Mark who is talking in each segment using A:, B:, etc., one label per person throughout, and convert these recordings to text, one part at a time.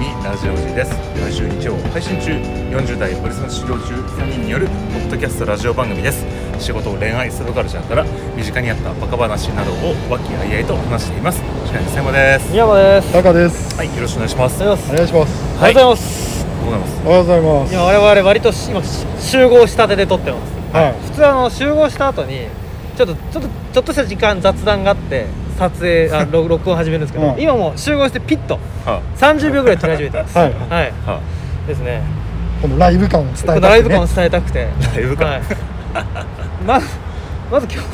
A: です毎週日曜配信中40代ブリスの修行中3人によるポッドキャストラジオ番組です仕事恋愛サブカルチャーから身近にあったバカ話などを和気あいあいと話しています司会の瀬山です
B: 宮本です。
C: タカです。
A: はいよろしくお願いします
B: おはようございます
C: お。願いします。
B: おはようございます。
A: おはようございます
C: おはようございます。
B: いや我々割とし今し集合したてで撮ってます。
C: はい。
B: 普通あの集合した後にちょっとちょっとちょっとした時間雑談があって撮影 あ録録音始めるんですけど、
C: うん
B: 今もう集合してピッと
A: は
B: 30秒ぐらい撮り始めてます。
C: はい
B: はい。
A: あ、は
B: ですね。
C: このライブ感を伝えたくてね
B: ライブ感を伝えたくて。
A: あ、ライブか、
B: はい。 まずまず今日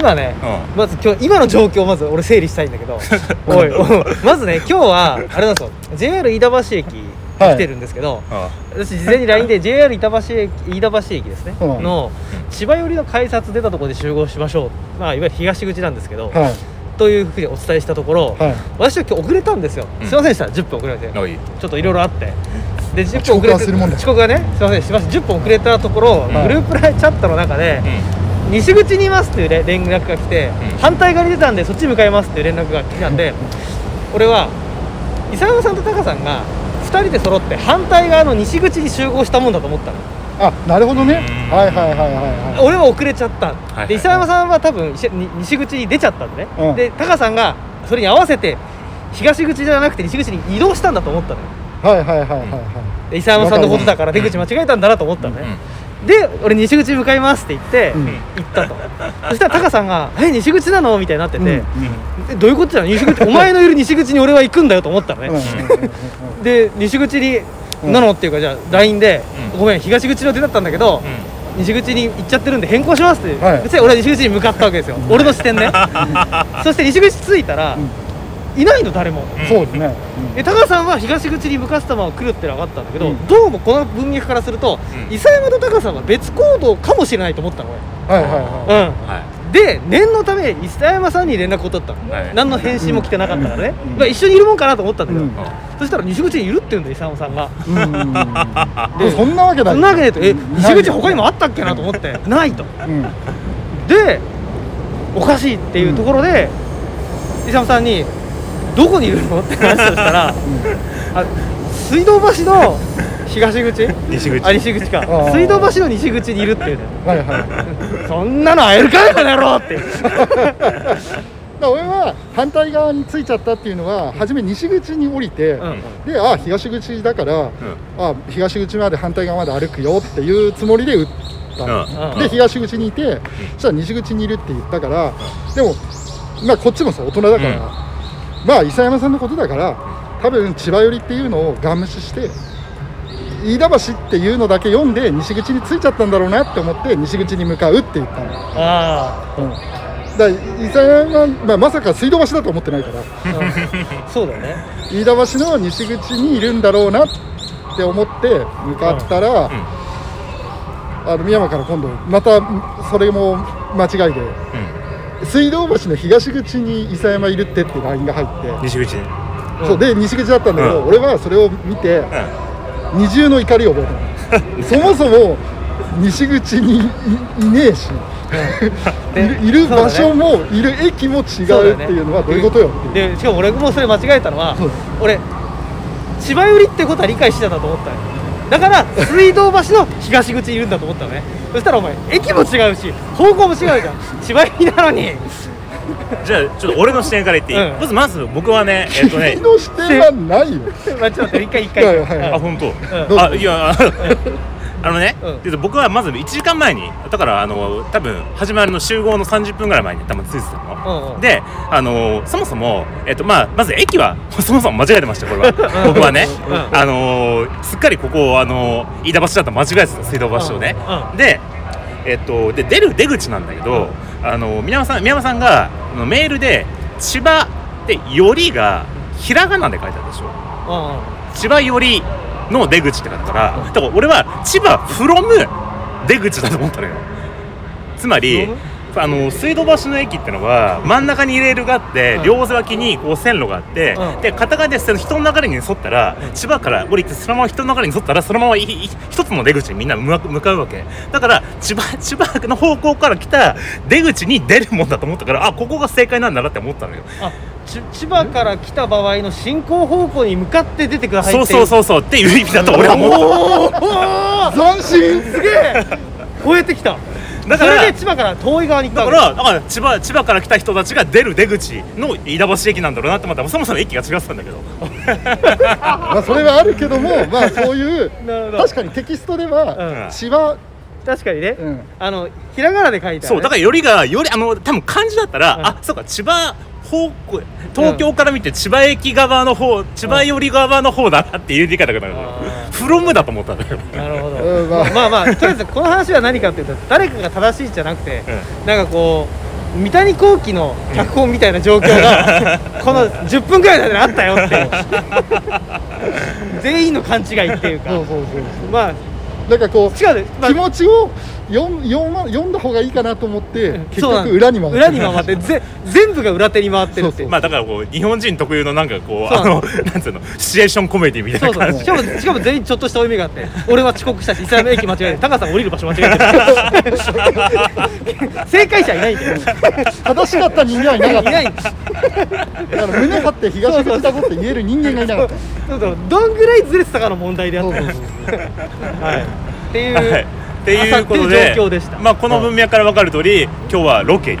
B: 今ね。
A: う
B: まず今日今の状況をまず俺整理したいん だけどおいおいまずね今日はあれなんですよ JR 飯田橋駅に来てるんですけど、
A: んあ
B: 私事前に LINE で JR 板橋駅飯田橋駅ですね、
C: うん
B: の千葉寄りの改札出たところで集合しましょう、まあ、いわゆる東口なんですけど、
C: はい。
B: というふうにお伝えしたところ、
C: はい。
B: 私は今日遅れたんですよ、
A: うん
B: すいませんでした10分遅れまして、
A: おい
B: ちょっといろいろあってで10
C: 遅
B: 分遅
C: 刻
B: れ
C: は
B: て
C: するもんだ
B: 遅刻がねすいませんしました10分遅れたところ、
A: ん
B: グループラインチャットの中で、
A: う
B: 西口にいますっていうれ連絡が来て、
A: うん
B: 反対側に出たんでそっち向かいますっていう連絡が来たんで俺は伊沢さんとタカさんが2人で揃って反対側の西口に集合したもんだと思ったの
C: あ、なるほどね
A: うん。
C: はいはいはいは
B: 俺は遅れちゃった、
A: はい
B: で伊沢さんは多分西西口に出ちゃったんでね、
C: うん
B: でタカさんがそれに合わせて東口じゃなくて西口に移動したんだと思ったのよ
C: いはい。はいはいはいはいは
B: で伊沢さんのことだから出口間違えたんだなと思ったの
A: んう
B: ね
A: ん、
B: で俺西口向かいますって言って、
C: うん
B: 行ったとそしたらタカさんが「え西口なの?」みたいになってて、
C: い。
B: えどういうことだよ西口お前のいる西口に俺は行くんだよと思ったの
C: うんうんうん
B: ね、で西口に、
C: うん
B: なのっていうかじゃあ LINE で、
A: うん
B: ごめん東口の出だったんだけど、
A: う
B: 西口に行っちゃってるんで変更しますって、
C: はい
B: そして俺は西口に向かったわけですよ俺の視点ねそして西口着いたら、いないの誰も、
C: うんそうですね。
B: で高田さんは東口に向かす球を来るってのは分かったんだけど、
C: うん
B: どうもこの文脈からすると、
A: うん
B: 伊佐山と高さんは別行動かもしれないと思ったの
C: うんはいはいは
B: 俺、うん
A: んは
B: で念のため伊佐山さんに連絡を取ったの、
A: はい
B: 何の返信も来てなかったからね、
C: うん
B: だから一緒にいるもんかなと思ったんだけど、
C: うん
B: そしたら西口にいるって言うんだ伊佐山さんが
C: い。うんうんうんでもそんなわけだ
B: そんなわけでとえ西口他にもあ
C: っ
B: ったっけなと思ってないと
C: た。うん。
B: でおかしいっていうところで、伊佐山さんに「どこにいるの?」って話をしたら、あ水道橋の東口
A: い西口
B: あ西口か
C: あー
B: 水道橋の西口にいるっていうね
C: はいはい。だか
B: そんなの会えるかよこの野郎 って
C: ら俺は反対側についちゃったっていうのは、初め西口に降りて、
B: うん
C: で、あ、東口だから、
A: うん
C: あ東口まで反対側まで歩くよっていうつもりで打ったの、
B: うん
C: で東口にいてそしたら西口にいるって言ったから、でも、まあ、こっちもさ大人だか
A: う
C: ら、
A: ん
C: まあ伊佐山さんのことだから多分千葉寄りっていうのをガン無視して飯田橋っていうのだけ読んで西口に着いちゃったんだろうなって思って西口に向かうって言ったの、
B: あ
C: うん、だから伊佐山、まあ、まさか水道橋だと思ってないから
B: あそうだね
C: 飯田橋の西口にいるんだろうなって思って向かったら、
A: ん
C: あの宮山から今度またそれも間違い
A: うん
C: で水道橋の東口に伊佐山いるってって LINE が入って、
A: 西口うん
C: そうで西口だったんだけど、
A: う
C: 俺はそれを見て二重の怒りを覚えたのそもそも西口にいいねえし、いるいる場所も、いる駅も違うっていうのはどういうことよっていう。
B: でしかも俺もそれ間違えたのは
C: そう
B: 俺千葉寄りってことは理解してたと思ったのだから水道橋の東口にいるんだと思ったのねそしたらお前駅も違うし方向も違うじゃん千葉寄りなのに
A: じゃあちょっと俺の視点から言っていい、
B: うん
A: まずまず僕はねえっとね
C: 君の視点はないよ。
B: まあちょっと待って一回一
C: はい
B: 回
C: はい
B: うん
A: あ本当、
B: うん
A: あいやあ あのね、
B: うん
A: で僕はまず1時間前にだからあの多分始まりの集合の30分ぐらい前に多分ついてたの、
B: うんうん
A: であのそもそも、えっとまあ、まず駅は そもそも間違えてましたこれは僕はね、
B: うんうん
A: あのすっかりここをあの飯田橋だと間違えてた水道橋をね、
B: うんうん
A: でえっと、で出る出口なんだけど、あの宮山さん宮山さんがあのメールで「千葉」で「より」がひらがなで書いてあるでしょ
B: うんうん
A: 千葉寄りの出口って書いてあったからだから俺は千葉 from 出口だと思ったのよつまり
B: うん
A: あの水道橋の駅ってのは真ん中にレールがあって、
B: うん
A: 両脇にこう線路があって、
B: うん
A: で片側でその人の流れに沿ったら、千葉から降りてそのまま人の流れに沿ったらそのままいい一つの出口にみんな向か向かうわけだから千葉千葉の方向から来た出口に出るもんだと思ったからあここが正解なんだなって思ったのよ
B: あち千葉から来た場合の進行方向に向かって出てください
A: そ
B: っ
A: う
B: て
A: そう
B: う
A: そうそうっていう意味だと俺は思った
B: おー
C: 斬新
B: すげえ超えてきた
A: だから
B: それで千葉から遠い側に行った
A: だ
B: わ
A: か
B: け
A: らだから千葉千葉から来た人たちが出る出口の飯田橋駅なんだろうなって思ったらそもそも駅が違ってたんだけど
C: まあそれはあるけどもまあそういう
B: なるほど
C: 確かにテキストで
A: う
C: は
A: ん
C: 千葉
B: 確かにね、
C: うん
B: あのひらがなで書いてあるね、
A: そうだからよりがよりあの多分漢字だったら、
B: うん
A: あそうか千葉方向東京から見て千葉駅側の方、千葉寄り側の方だなっていう理解だから、
B: あー
A: フロムだと思ったんだよ、
B: なるほど、
C: うんま
B: ま
C: あ
B: あ、まあとりあえずこの話は何かっていうと誰かが正しいじゃなくて、なんかこう三谷幸喜の脚本みたいな状況 が、この10分ぐらいの間であったよっていう全員の勘違いっていうか
C: そうそうそう
B: まあ
C: そうなんかこう
B: 違うね、まあ
C: 気持ちを読ん読ま読んだ方がいいかなと思って結
B: そうなん
C: 局裏に回って
B: 裏に回ってぜ全部が裏手に回ってるっていう
A: まあだからこう日本人特有のなんかこう
B: そう
A: あのなんつうのシチュエーションコメディみたい
B: そ
A: な
B: うそ
A: 感
B: う
A: じ
B: しかもしかも全員ちょっとした夢があって俺は遅刻したし伊沢の駅間違えて高さん降りる場所間違え てる正解者いないんだよ
C: 正しかった人間はい
B: いな
C: ない
B: い
C: かっただから胸張って東口だぞって言える人間がいなかった
B: そうそうどんぐらいずれてたかの問題であ
C: そ
B: っ
C: う
B: て
C: そうそう
B: はいっていう、
A: はいっていうこと
B: 朝ってい
A: で
B: う状況でした
A: まあこの文脈から分かる通り、今日はロケに、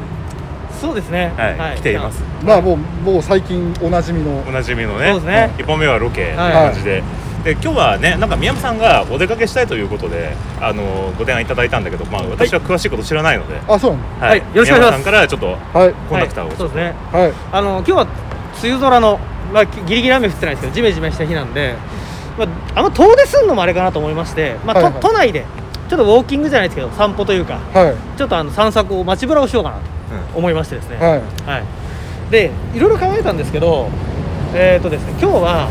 B: そうですね
A: はい来ています
C: まあもうもう最近おなじみの
A: おなじみの
B: そう
A: ね
B: ですね
A: 一本目はロケって
B: はい
A: 感じで、で今日はねなんか宮本さんがお出かけしたいということであのご提案いただいたんだけどまあ私は詳しいこと知らないので、
C: あそうなの
B: はいよろしくお願い
A: 宮本さ
B: します
A: んからちょっと
C: はい
A: コンタクターを
B: はい
A: ち
B: そ
A: ょ
B: う
A: っと
B: ですね
C: はい
B: あの今日は梅雨空の、まあ、ギリギリ雨降ってないですけどジメジメした日なんで、まあ、あんま遠出するのもあれかなと思いまして、まあ
C: はいはい
B: と都内でちょっとウォーキングじゃないですけど散歩というか
C: はい
B: ちょっとあの散策を街ぶらをしようかなと思いましてですね、
C: はい
B: はい、でいろいろ考えたんですけどえっ、とですね今日は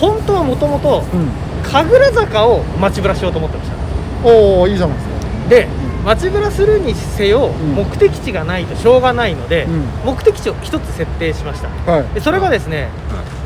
B: 本当はもともと
C: うん
B: 神楽坂を街ぶらしようと思ってました
C: おおいいじゃないですか
B: で街ぶらするにせよ
C: ん
B: 目的地がないとしょうがないので、
C: うん
B: 目的地を一つ設定しました
C: はい
B: でそれがですね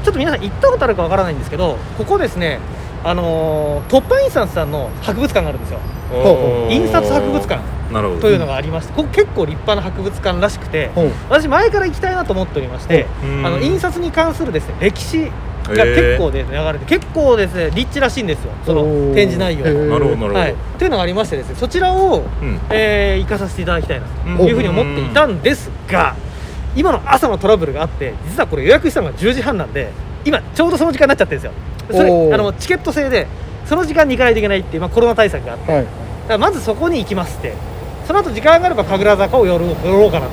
B: ちょっと皆さん行ったことあるかわからないんですけどここですねあのー、トッパインサンスさんの博物館があるんですよ
A: おー
B: 印刷博物館
A: なるほど
B: というのがありましてここ結構立派な博物館らしくて
C: ほう
B: 私前から行きたいなと思っておりまして
A: うん
B: あの印刷に関するですね歴史が結構で流れて結構ですね立地らしいんですよその
C: おー
B: 展示内容
C: へー
A: なるほどなるほど、
B: はい、というのがありましてですねそちらを、
A: うん
B: えー行かさせていただきたいな
A: うん
B: というふうに思っていたんですが今の朝のトラブルがあって実はこれ予約したのが10時半なんで今ちょうどその時間になっちゃってるんですよそ
C: お
B: れ
C: ー
B: あのチケット制でその時間に行かないといけないっていう、まあ、コロナ対策があって
C: はい
B: だからまずそこに行きますってその後時間があれば神楽坂を寄ろう寄ろうかなと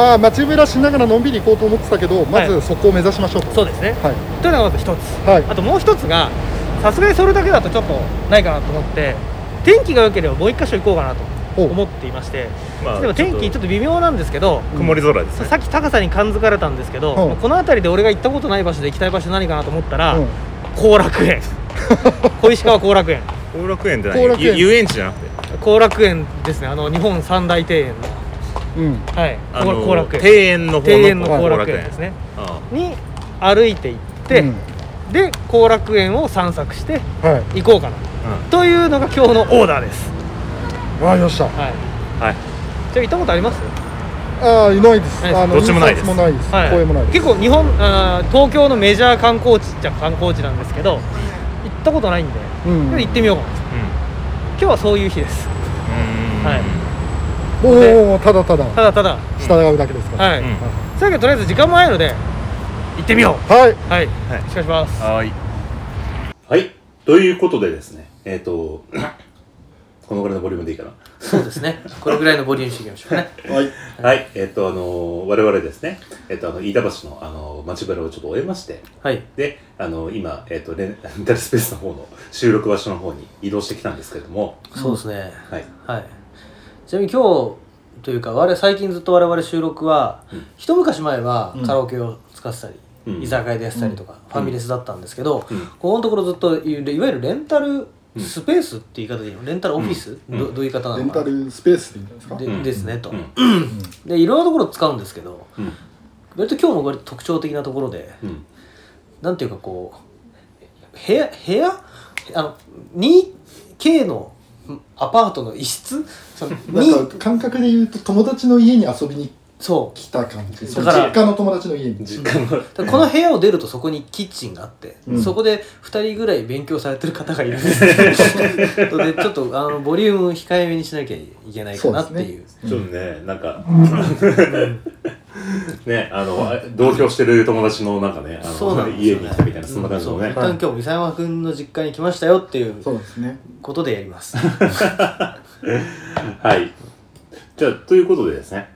C: ああ街ぶらしながらのんびり行こうと思ってたけどまずそこを目指しましょうと
B: そうですね
C: はい
B: というのがまず一つ
C: はい
B: あともう一つがさすがにそれだけだとちょっとないかなと思って天気が良ければもう一箇所行こうかなと
C: おう
B: 思っていまして
A: まあ
B: でも天気ちょっと微妙なんですけど、
A: 曇り空ですね
B: さっき高さに感づかれたんですけど、
C: うん
B: まあこの辺りで俺が行ったことない場所で行きたい場所何かなと思ったら
C: うん
B: 後、楽 園小石川後楽園
A: 後楽園って
C: 後
A: 何
C: 楽
A: ゆ
C: 園
A: 遊園地じゃなくて
B: 後楽園ですねあの日本三大庭園の
C: うん
B: はい
A: あ
B: 後
A: の
B: 後楽園
A: 庭園の方
B: 庭園の
A: 後
B: 後楽園ですね
A: あ
B: に歩いて行って、
C: うん
B: で後楽園を散策して
C: はい
B: 行こうかな
A: あ
B: というのが今日のオーダーです
C: わかりました
B: はい
A: うんはい
B: じゃあ行ったことあります
C: ああないです
B: ないです
C: あの
A: どっちもないです
C: 印刷もないです
B: はい
C: 公園もないです
B: 結構日本あー東京のメジャー観光地っちゃ観光地なんですけど行ったことないんで、
C: うん
B: でも行ってみようかな今日はそういう日です
A: うん
B: はい
C: おおただただ
B: ただただ
C: 従うだけですから
B: はい、
A: うん
B: それだけどとりあえず時間もないので行ってみよ
C: はいう
B: はい、
A: はい
B: しかします
A: はい。はい。ということでですね、えっ、と、 このぐらいのボリュームでいいかな。
B: そうですねこれぐらいのボリュームにしていきましょうね
C: はい
A: はい。えっ、と、あのー我々ですね、えっ、と、あの、飯田橋の、あのー街ぶらをちょっと終えまして、
B: はい
A: で、あのー今、えっ、と、レンレ ンタルスペースの方の収録場所の方に移動してきたんですけれども、
D: そうですね、
A: はい。
D: はいちなみに今日というか我々最近ずっと我々収録は、一昔前はカラオケを使ってたり、
A: うん
D: 居酒屋でやってたりとか、ファミレスだったんですけど、
A: うん
D: ここのところずっといわゆるレンタル
E: うん
B: スペースって言い方でいいのレンタルオフィス、
E: うん
B: どどういう言い方な
C: レ
B: の
C: ン
B: か
C: タ
B: な
C: ルスペースでいいんじゃないですか
B: で
E: うん
B: ですねと、
E: うん
B: でいろんなところ使うんですけど
E: うん
B: 割と今日も割と特徴的なところで
E: うん
B: なんていうかこう部屋部屋あの 2K のんアパートの一室そ の
C: なん
B: に
C: か感覚で言うと友達の家に遊びに
B: そう
C: 来た感じそ
B: だ
C: う
B: か
C: 実
B: ら
C: 家の友達の家に
E: 実家の
B: ただこの部屋を出るとそこにキッチンがあって、
C: うん
B: そこで2人ぐらい勉強されてる方がいるん ですけどでちょっとあのボリューム控えめにしなきゃいけないかなっていう
E: ちょっとねなんか ねあの同居してる友達のなんかねあ
B: そうな
E: の
B: んです
E: 家
B: よね
E: に来たみたいなそんな感じの
B: うん
E: ね
B: そう一旦今日三沢君の実家に来ましたよっていう
C: そうですね
B: ことでやります
E: はい。じゃあ、ということでですね、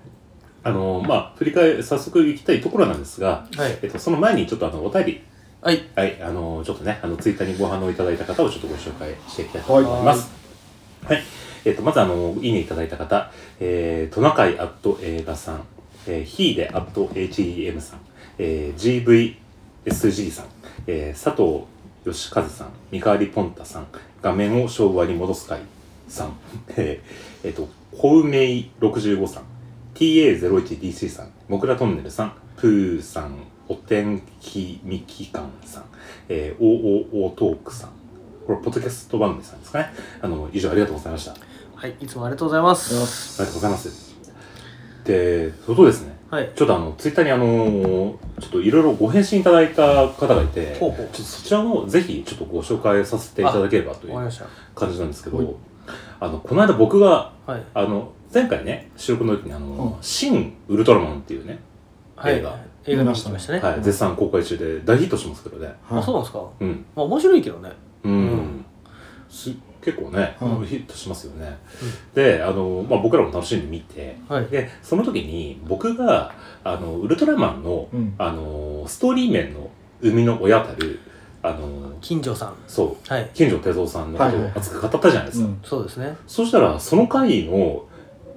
E: あのまあ、振り返り、早速行きたいところなんですが、
B: はい
E: えっと、その前にちょっとあの、お便り、
B: はい
E: はい、あのちょっとね、あの、ツイッターにご反応いただいた方をちょっとご紹介していきたいと
C: は
E: 思
C: い
E: います。はい。えっと、まずあの、いいねいただいた方、えー、トナカイアット映画さん、えー、ヒーデアット HEM さん、えー、GVSG さん、えー、佐藤義和さん、三河里ポンタさん、画面を昭和に戻す会さん、 えー、えっと、コウメイ65さん、TA01DC さん、もぐらトンネルさん、プーさん、お天気みきかんさん、えー、OOO トークさん、これ、ポッドキャスト番組さんですかね。あの、以上ありがとうございました。あり
B: はいいつもありがとうございます
E: がとうございます。で、そうですね。
B: はい
E: ちょっとあの、ツイッターにあのちょっといろいろご返信いただいた方がいて、
B: ほうほう
E: ちょっとそちらもぜひちょっとご紹介させていただければとい
B: わかりま
E: う
B: した
E: 感じなんですけ
C: はい
E: ど、あの、この間僕が、
B: はい
E: あの、前回ね、収録の時にあの
C: う、
E: シン・ウルトラマンっていうね、
B: はい
E: 映画
B: 映画見に来ましたね、
E: はい、絶賛公開中で大ヒットしますけどね。
C: は
B: あ
C: い
B: そうなんですかま
E: うん。
B: あ面白いけどね
E: うん
B: うん
E: す結構ね、
C: うん
E: ヒットしますよね、であの、まあ、僕らも楽しんで見て
B: はい
E: でその時に僕があのウルトラマンの,、
C: うん
E: あのストーリー面の生みの親たるあの
B: 金城さん
E: そう
B: はい
E: 金城哲夫さんのこと
C: はい
E: を
C: はいはい
E: 熱く語ったじゃないですか、
C: うん
B: そうですね
E: そしたらその回の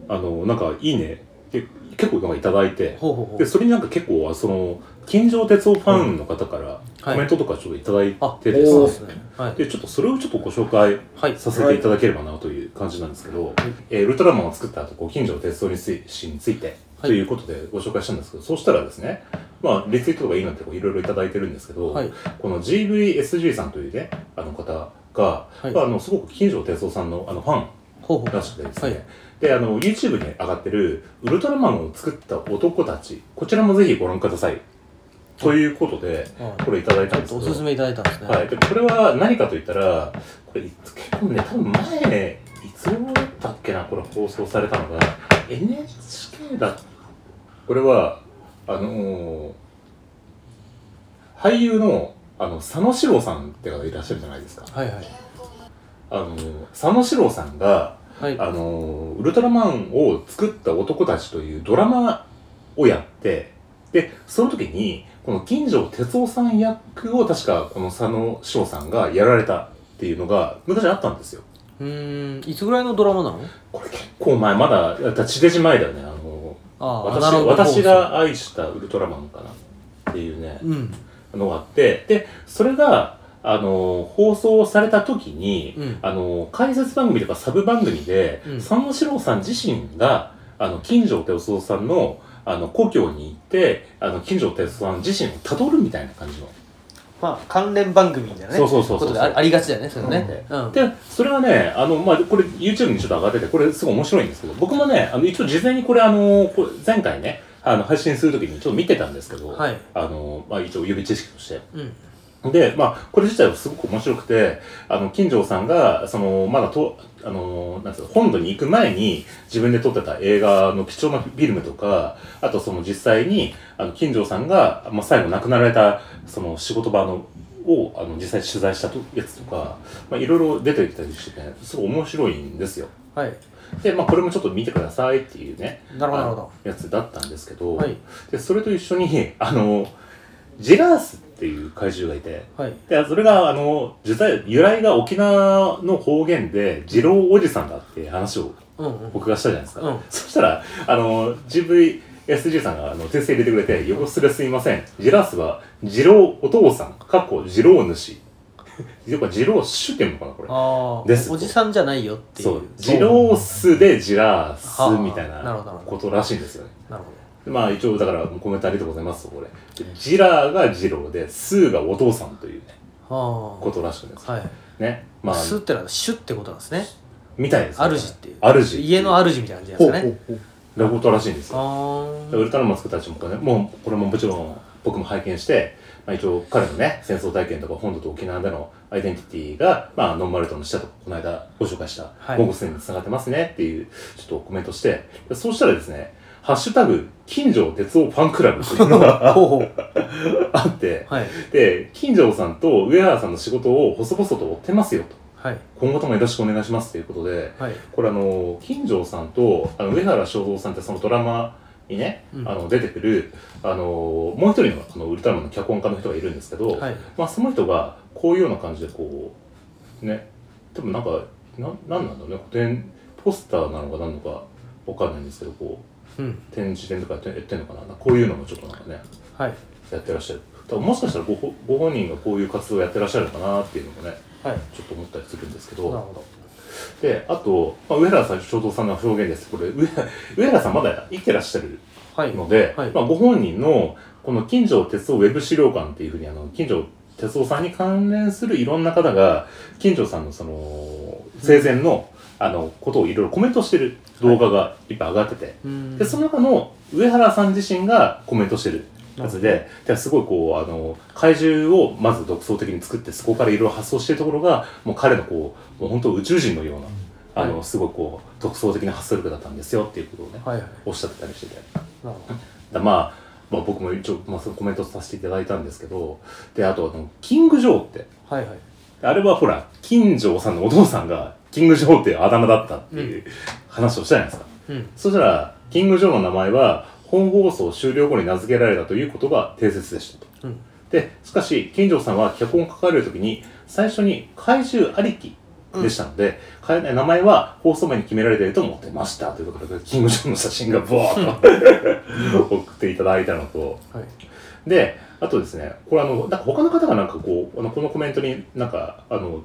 E: あのなんか「いいね」って結構なんかいただいて
B: ほうほうほう
E: でそれになんか結構その金城哲夫ファンの方から
B: はい
E: コメントとかちょっといただい
B: あ
E: てですね、
B: そうですねはい
E: でちょっとそれをちょっとご紹介
B: はい
E: させていただければなという感じなんですけど、えーウルトラマンを作った後ご近所の鉄道についについて、
B: はい
E: ということでご紹介したんですけどそうしたらですねまあリツイートとかいいなってこういろいろいただいてるんですけど、
B: はい
E: この GVSG さんというねあの方が、
B: はい
E: まああのすごく金城哲夫さんのあのファン
B: ほうほう
E: らしくてですね、
B: はい
E: であの YouTube に上がってる「ウルトラマンを作った男たち」こちらもぜひご覧くださいということで
B: はい
E: これいただい
B: ち
E: た
B: ょ
E: ん
B: っ
E: です
B: とお
E: けど
B: すすめいただいたんですね、
E: はい、でこれは何かといったらこれ結構ね多分前いつ頃だったっけなこれ放送されたのが NHK だこれはあのー俳優のあの佐野史郎さんって方いらっしゃるじゃないですか
B: はいはい
E: あのー佐野史郎さんが、
B: はい
E: あのーウルトラマンを作った男たち」というドラマをやってでその時にこの金城哲夫さん役を確かこの佐野翔さんがやられたっていうのが昔あったんですよ
B: うーんいつぐらいのドラマなの
E: これ結構前まだだ地デジ前だよねあの
B: あーアナ
E: 私
B: ログ
E: 私
B: 放
E: が愛したウルトラマンかなっていうね
B: 送うん
E: のがあってでそれがあの放送された時に、
B: うん
E: あの解説番組とかサブ番組で、
B: うん
E: 三野志郎さん自身があの金城哲夫さんのあの故郷に行ってあの金城哲夫さん自身をたどるみたいな感じの。
B: まあ関連番組みたいなね
E: そうそうそうそう
B: ことであありがちだよねそれねうん
E: でそれはねあの、まあ、これ YouTube にちょっと上がっててこれすごい面白いんですけど僕もねあの一応事前にこれあのこれ前回ねあの配信する時にちょっと見てたんですけど、
B: はい
E: あのまあ、一応予備知識として。
B: うん
E: で、まあ、これ自体はすごく面白くて、あの、金城さんが、その、まだと、あの、なんつうの、本土に行く前に、自分で撮ってた映画の貴重なフィルムとか、あとその実際に、あの、金城さんが、まあ、最後亡くなられた、その仕事場の、を、あの、実際取材したとやつとか、まあ、いろいろ出てきたりしてね、すごい面白いんですよ。
B: はい
E: で、まあ、これもちょっと見てくださいっていうね、
B: なるほど
E: あの
B: なるほど
E: やつだったんですけど、
B: はい
E: で、それと一緒に、あの、ジラースっていう怪獣がいて、
B: はい
E: で、それが、あの、実は由来が沖縄の方言で、二郎おじさんだって話を
B: うんうん
E: 僕がしたじゃないですか。
B: うん
E: そしたら、あの、GVSG さんがあの訂正入れてくれて、横すれすいません。ジラスは、二郎お父さん、かっこ二郎主。やっぱ二郎酒っていうのかなこれ
B: ああ
E: です
B: おじさんじゃないよっていう
E: そう二郎酢でジラー
B: はあ
E: スみたい
B: なるほどな
E: な
B: るほど
E: ことらしいんですよね
B: なるほ
E: でまあ一応だからコメントありがとうございますこれジラーが二郎でスーがお父さんというね
B: ど
E: ことらしくんです
B: あ
E: よ
B: あはい
E: ねまあ
B: すってのは主ってことなんですね
E: みたいですね
B: 主っていう
E: 主
B: 家の主みたいな感じなんで
F: ほ
B: す
F: う
B: か
F: ほ
B: ね
F: うほう
E: ラボットらしいんですよ
B: あ
E: ウルトラマン作った人もこれねもうこれももちろん僕も拝見して、まあ、一応彼のね戦争体験とか本土と沖縄でのアイデンティティが、まあ、ノンマルトの下とこの間ご紹介した
B: はい
E: ゴングスにつながってますねっていうちょっとコメントしてでそうしたらですね「ハッシュタグ近所鉄夫ファンクラブ」っていうの
B: あ
E: が
B: ほうほう
E: あって
B: はい
E: で金城さんと上原さんの仕事を細々と追ってますよと
B: はい
E: 今後ともよろしくお願いしますということで
B: はい
E: これあの金城さんとあの上原正蔵さんってそのドラマにね、
B: うん
E: あの出てくるあのもう一人のあのウルトラマンの脚本家の人がいるんですけど、
B: はい
E: まあ、その人がこういうような感じでこうね多分なんかななんなんだろうね古典ポスターなのか何のかわかんないんですけどこ
B: うん
E: う展示展とかやってやってんのかななんかこういうのもちょっとなんかね
B: はい
E: やってらっしゃる多分もしかしたらごほご本人がこういう活動をやってらっしゃるのかなっていうのもね
B: はいなる
E: ちょっと思ったりするんですけど。
B: ほ
E: で、あと、まあ、上原さん、正蔵さんの表現です。これ、上上原さんまだ生きてらっしゃる
B: どはい
E: ので、
B: はい
E: まあ、ご本人の、この近所鉄道ウェブ資料館っていうふうに、あの、近所鉄道さんに関連するいろんな方が、近所さんのその、生前の、あの、ことをいろいろコメントしてる動画がいっぱい上がってて、
B: うん
E: で、その中の上原さん自身がコメントしてるやつで、ですごいこう、あの、怪獣をまず独創的に作って、そこからいろいろ発想してるところが、もう彼のこう、もう本当宇宙人のような、あの、すごいこう、独創的な発想力だったんですよっていうことをね、
B: はいはい
E: おっしゃってたりしてて。
B: なるほど
E: だまあ、まあ僕も一応、まあそのコメントさせていただいたんですけど、で、あとあの、キング・ジョーって、
B: はいはい
E: あれはほら、金城さんのお父さんが、キング・ジョーっていうあだ名だったっていう話をしたじゃないですか。
B: うん
E: そしたら、キング・ジョーの名前は、本放送終了後に名付けられたということが定説でした
B: う
E: と。
B: ん
E: で、しかし、金城さんは脚本を書かれるときに、最初に怪獣ありきでしたので、かえ名前は放送名に決められていると思ってました。ということで、キング・ジョーの写真がボーッと送っていただいたのと、
B: はい
E: で、あとですね、これあの、なんか他の方がなんかこう、あのこのコメントになんか、あの、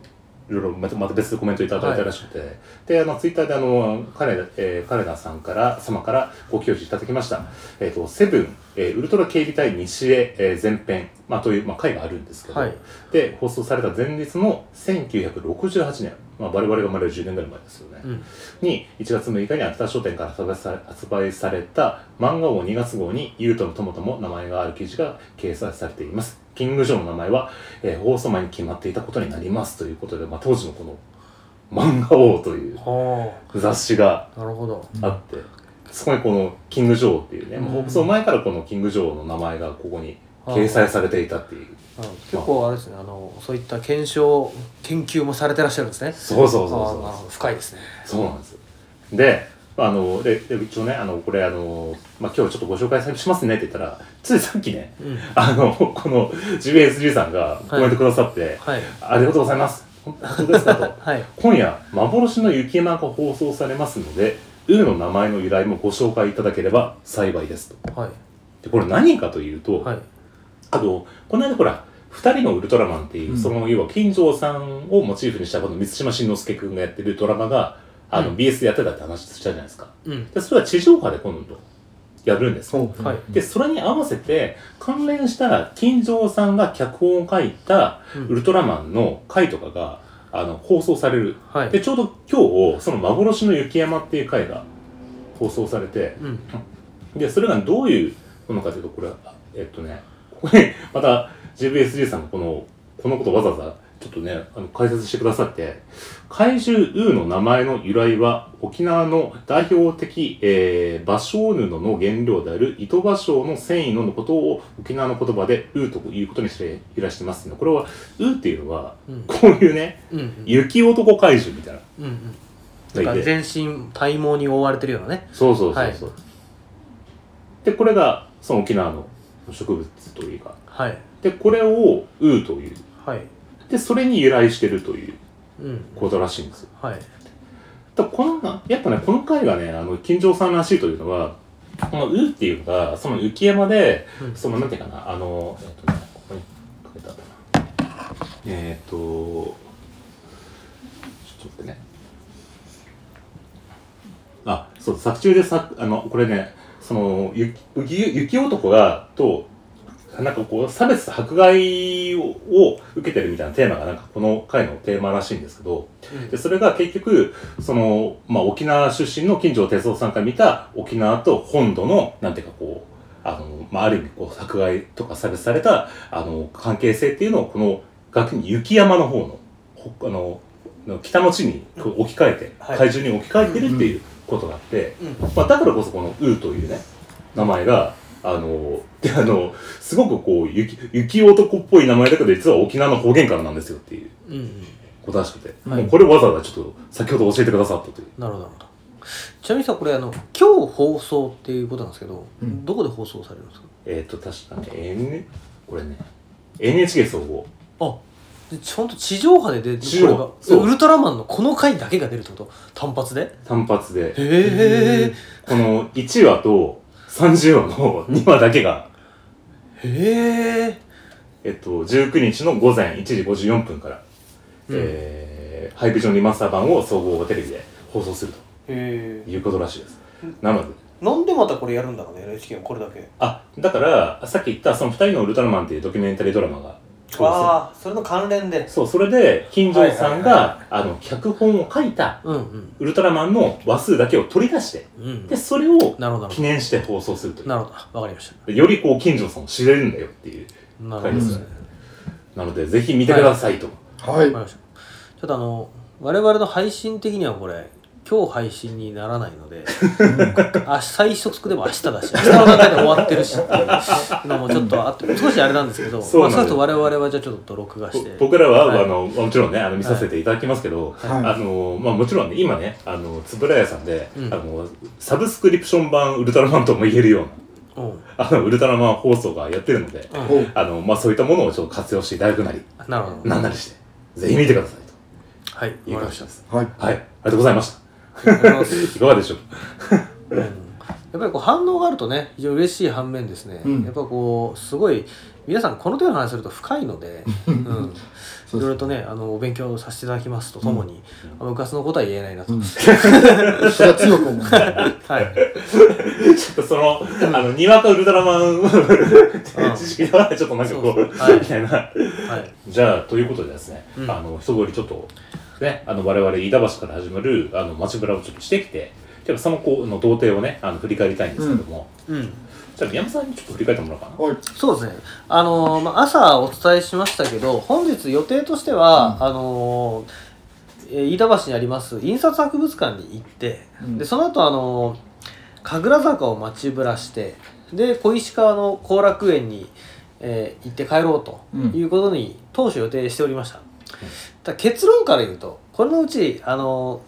E: いろいろまたまた別でコメントいただいたらしくて、で、あの、ツイッターであの、彼ら、えー、彼らさんから、様からご教示いただきました。えっ、と、セブン、えーウルトラ警備隊西へ、えー前編、まあ、という、まあ、回があるんですけど、
B: はい
E: で、放送された前日の1968年、まあ、我々が生まれる10年ぐらい前ですよね。
B: うん
E: に1月6日に秋田書店から発売され発売された漫画王2月号に「ゆうとのともとも名前がある記事が掲載されていますキング・ジョーの名前は、えー放送前に決まっていたことになりますということで、まあ、当時のこの「漫画王」という
B: は
E: 雑誌が
B: あなるほど
E: あって、そこにこの「キング・ジョー」っていうね、
B: うん
E: もう放送前からこの「キング・ジョー」の名前がここに掲載されていたっていう
B: なるほど結構あれですねあのそういった検証研究もされてらっしゃるんですね
E: そうそうそうそう
B: あーなるほど深いですね
E: そうなんですよであのでで一応ねあのこれあの、まあ、今日ちょっとご紹介しますねって言ったらついさっきね
B: うん
E: あのこの GBSG さんがコメントくださって、
B: はい
E: ありがとうございます本当です かと
B: はい
E: 今夜幻の雪山が放送されますので「ウーの名前の由来もご紹介いただければ幸いですと
B: はい
E: でこれ何かというと、
B: はい
E: あとこの間ほら二人のウルトラマンっていう、
F: うん
E: その要は金城さんをモチーフにしたこの満島真之介君がやってるドラマがあの、
B: うん
E: BS でやってたって話したじゃないですか
B: うん
E: でそれは地上波で今度やるんですよ
F: そう
B: はい
E: でそれに合わせて関連した金城さんが脚本を書いた
B: う
E: ウ
B: ん
E: ルトラマンの回とかがあの放送される
B: はい
E: でちょうど今日その「幻の雪山」っていう回が放送されて
B: うん
E: でそれがどういうものかというとこれはあえっとねここにまた JBSG さんがこのこのことわざわざちょっとねあの解説してくださって怪獣ウーの名前の由来は沖縄の代表的、えー、芭蕉布の原料である糸芭蕉の繊維のことを沖縄の言葉でウーということにして由来してますねこれはウーっていうのは
B: うん
E: こういうね
B: うんうん
E: 雪男怪獣みたいな
B: うんうん
E: の
B: だか
E: がい
B: ら
E: て
B: 全身体毛に覆われてるようなね
E: そうそうそうそう、でこれがその沖縄の植物というか
B: はい
E: でこれを「ウー」という
B: はい
E: でそれに由来してるという
B: うん
E: ことらしいんですよ
B: はい
E: だからこのなやっぱねこの回がねあの金城さんらしいというのはこの「ウー」っていうのがその雪山で
B: うん
E: そのなんていうかなあのえっとねここに書いてあるなえーっとちょっと待ってねあそう作中でさあのこれねそのゆ雪雪男がとなんかこう差別と迫害をを受けてるみたいなテーマがなんかこの回のテーマらしいんですけど、でそれが結局その、まあ、沖縄出身の金城哲夫さんから見た沖縄と本土のなんていうかこうあの、まあ、ある意味こう迫害とか差別されたあの関係性っていうのをこの楽に雪山の方のほあのの北の地にこう置き換えて、
D: はい
E: 怪獣に置き換えてるっていうことがあって。まあ、だからこそこの「ウー」というね名前があのであのすごくこう雪雪男っぽい名前だけど実は沖縄の方言からなんですよっていう
D: うんうん
E: ことらしくて、
D: はい
E: もうこれわざわざちょっと先ほど教えてくださったという
D: なるほどなるほどちなみにさこれあの今日放送っていうことなんですけど、
C: うん
D: どこで放送されるんですか
E: えっ、と確かね N これね NHK 総合
D: あでほんと地上波で出て
E: 地上波
D: これ
E: そ
D: が
E: う
D: ウルトラマンのこの回だけが出るってこと単発で
E: 単発で
D: へ
E: この1話と30話の2話だけが、
D: えへえ
E: えっと、19日の午前1時54分から、
D: うん
E: えーハイビジョンリマスター版を総合テレビで放送すると。
D: へ
E: いうことらしいです。なので、
D: えんでまたこれやるんだろうね NHK はこれだけ
E: あ、だから、さっき言った、その二人のウルトラマンっていうドキュメンタリードラマが、
D: ああそれの関連で
E: そう、それで、金城さんが、
D: はいは
E: あの、脚本を書いた、
D: うんうん
E: ウルトラマンの話数だけを取り出して、
D: うん
E: で、それを
D: なるほどなる
E: 記
D: ほ
E: 念して放送するとい
D: どなるほどわかりまし
E: う。よりこう、金城さんを知れるんだよっていう
D: たなるほ
E: 回
D: ど
E: で
D: です
E: よ
D: すね
E: ね。なので、ぜひ見てくださいと。
C: はい
D: わかりましたちょっとあの我々の配信的にはこれ今日配信にならないのであ最速でも明日だし明日の段階で終わってるしっていうのもちょっとあって少しあれなんですけど
E: そうなんです
D: まあ、そうすると我々はじゃあちょっと録画して
E: ぼ僕らは、
D: はい
E: あのもちろんねあの見させていただきますけど、
C: はい
E: あのまあ、もちろんね今ねあの円谷さんで、
D: うん
E: あのサブスクリプション版ウルトラマンとも言えるような
D: うん、うん
E: あのウルトラマン放送がやってるので、 あのまあ、そういったものをちょっと活用していただくなり
D: なるほど
E: なんなりしてぜひ見てください
D: はいわか
E: と
D: り
E: いう
D: ま
E: 感
D: し
E: じ
D: た
E: です
C: はい
E: はいありがとうございました
D: ありがとうございます
E: いかがでしょうか
D: うんやっぱりこう反応があるとね非常に嬉しい反面ですね、
C: うん
D: やっぱこうすごい皆さんこの手の話すると深いので、うん、い
C: そうですね
D: ろいろとねあのお勉強させていただきますとともに、あの部活のことは言えないなと、
C: うんそれは強く思う
D: はい
E: ちょっと そのあのにわかウルトラマン知識ではちょっとなんかこう
D: そうそうは
E: み
D: い
E: たいな
D: はい
E: じゃあということでですね、
D: うん
E: あの一通りちょっとねあの我々飯田橋から始まるあの街ぶらをちょっとしてきてでもその子の童貞をねあの振り返りたいんですけども、
D: うん、
E: じゃあ宮本さんにちょっと振り返ってもらおうかな
C: はい
D: そうですねあのーまあ、朝お伝えしましたけど本日予定としては、あのーえー飯田橋にあります印刷博物館に行って、
C: うん
D: でその後あのー神楽坂を街ぶらしてで小石川の後楽園に、えー行って帰ろうということに当初予定しておりました、ただ結論から言うとこれのうちあの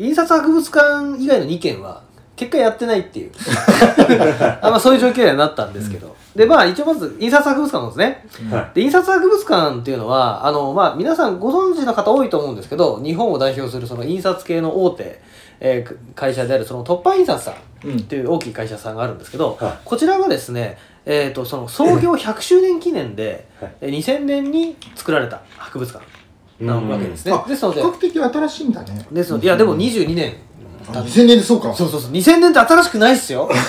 D: ー印刷博物館以外の2件は結果やってないっていうあ、まあ、そういう状況にはなったんですけど、でまあ一応まず印刷博物館のですね
E: は
D: で印刷博物館っていうのはあの、まあ、皆さんご存知の方多いと思うんですけど日本を代表するその印刷系の大手、えー会社であるその突破印刷さんっていう大きい会社さんがあるんですけど、
E: は
D: こちらがですね、えー、とその創業100周年記念で、
E: はい
D: えー2000年に作られた博物館なわけですね。
C: あ
D: ですので
C: 比較的新しいんだね
D: ですのでいやでも22年
C: あ2000年でそうか
D: そうそうそう、2000年って新しくないっすよ。もうちょっ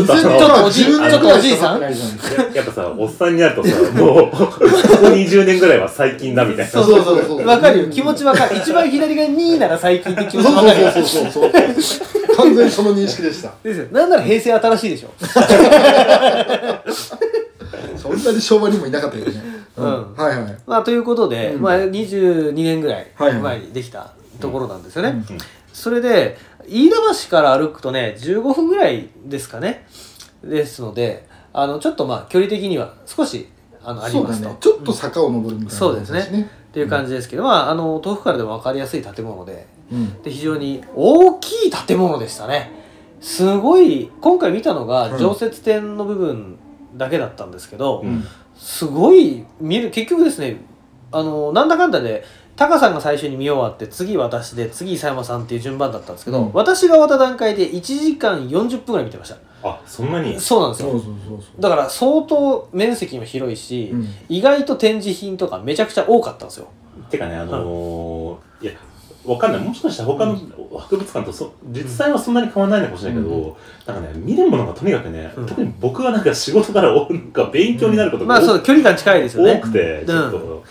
C: 2000年
D: とおじい、ち
C: 10
D: ょ
C: 年
D: っ
C: ぐ
D: と
C: ら
D: お
C: い
D: じい
C: し
D: さ
C: か
D: ん
C: 経ってないじゃないですか
E: やっぱさおっさんになるとさもうここ20年ぐらいは最近だみたい
D: そ
E: な
D: うそうそうそう。わかるよ。気持ちわかる。一番左が2位なら最近って気持ちわかるよ。
C: そうそうそうそうそう完全にその認識でした
D: ですよ。なんなら平成新しいでしょ。
C: そんなに昭和にもいなかったよね
D: うん
C: はいはい
D: まあ、ということで、
C: うん
D: まあ、22年ぐらい
C: はいはい
D: 前にできたところなんですよね。
C: うん
D: それで、飯田橋から歩くとね、15分ぐらいですかね。ですので、あの、ちょっとまあ、距離的には少し、あの、あり
C: そう
D: ま
C: だ
D: すと。
C: ねちょっと坂を登るみたいな
D: そう
C: 感
D: で
C: じ
D: すねっていう感じですけど、まあ、あの、遠くからでも分かりやすい建物で、
C: うん
D: で非常に大きい建物でしたねすごい今回見たの
C: は
D: が
C: い
D: 常設展の部分だけだったんですけど、
E: うん
D: すごい見る結局ですねあのなんだかんだでタカさんが最初に見終わって次私で次伊佐山さんっていう順番だったんですけど、
C: うん
D: 私が終わった段階で1時間40分ぐらい見てました
E: あそんなに
D: そうなんです
C: そう
D: よ
C: そうそうそう
D: だから相当面積も広いし、
C: うん
D: 意外と展示品とかめちゃくちゃ多かったんですよ
E: てかねあのーいやわかんないもしかしたら他の博物館とそ実際はそんなに変わらないのかもしれないけど、なんかね見るものがとにかくね、
D: うん
E: 特に僕はなんか仕事からおなんか勉強になること
D: ま
E: が
D: あ
E: 多,、
D: そう距離感近いですよね
E: 多くて
D: ん
E: ちょっと、っ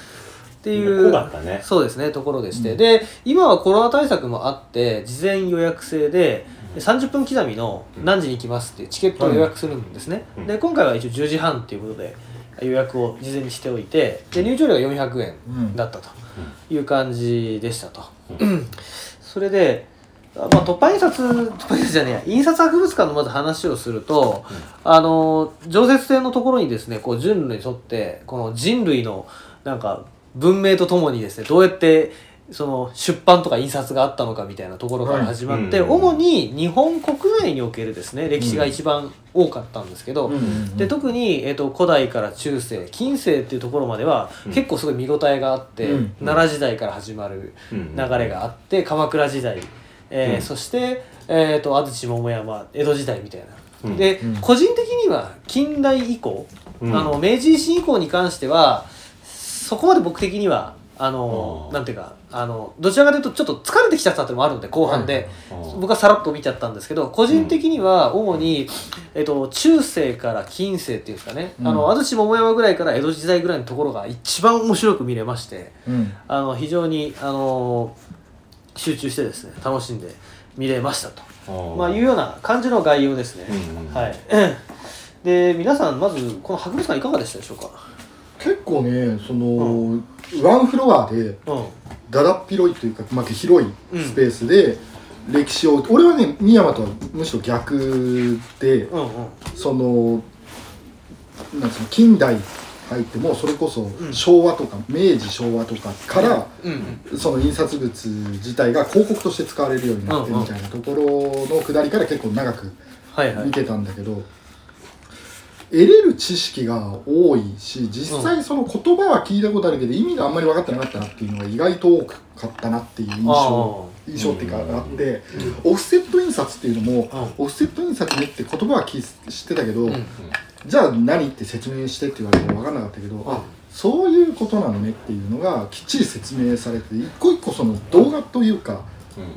D: っていう
E: 濃かったね
D: そうですねところでして、
C: うん
D: で今はコロナ対策もあって事前予約制で30分刻みの何時に行きますっていうチケットを予約するんですね、
E: うん
D: で今回は一応10時半っていうことで予約を事前にしておいてで入場料が400円だったという感じでしたと、
E: う
D: それで、まあ、突破印刷突破印刷じゃねえや印刷博物館のまず話をすると、あの常設性のところにですねこう人類にとってこの人類のなんか文明とともにですねどうやってその出版とか印刷があったのかみたいなところから始まって、
E: はいうん
D: 主に日本国内におけるですね歴史が一番多かったんですけど、で特に、えー、と古代から中世近世っていうところまでは、
E: うん
D: 結構すごい見応えがあって、
C: うん
D: 奈良時代から始まる
E: うん
D: 流れがあって鎌倉時代、えー
E: うん
D: そして、えー、と安土桃山江戸時代みたいな。
E: うん
D: で、
C: うん
D: 個人的には近代以降、
E: うん
D: あの明治維新以降に関してはそこまで僕的にはあの
E: あー
D: なんていうかあのどちらかというとちょっと疲れてきちゃったっていうのもあるんで後半で。僕はさらっと見ちゃったんですけど個人的には主に、えっと、中世から近世っていうんですかね、
C: うん
D: あの安土桃山ぐらいから江戸時代ぐらいのところが一番面白く見れまして
C: うん
D: あの非常にあの集中してですね楽しんで見れましたと、まあ、いうような感じの概要ですね、
E: うんうん
D: はい で皆さんまずこの博物館いかがでしたでしょうか、
C: 結構ねその、ワンフロアで
D: うん、
C: だらっ広いというか、まあ、広いスペースで歴史を、俺はね深山とはむしろ逆で、
D: うんうん
C: そのなんつうの近代入ってもそれこそ
D: ん
C: 昭和とか、明治昭和とかから、
D: うんうん
C: その印刷物自体が広告として使われるようになってみたいなところの下りから結構長く
D: はいはい
C: 見てたんだけど、得れる知識が多いし実際その言葉は聞いたことあるけど、意味があんまり分かってなかったなっていうのが意外と多かったなっていう印象印象っていうかあって、オフセット印刷っていうのも、オフセット印刷ねって言葉は聞い知ってたけど、
D: ん
C: じゃあ何って説明してって言われても分かんなかったけど、あそういうことなのねっていうのがきっちり説明されて一個一個その動画というか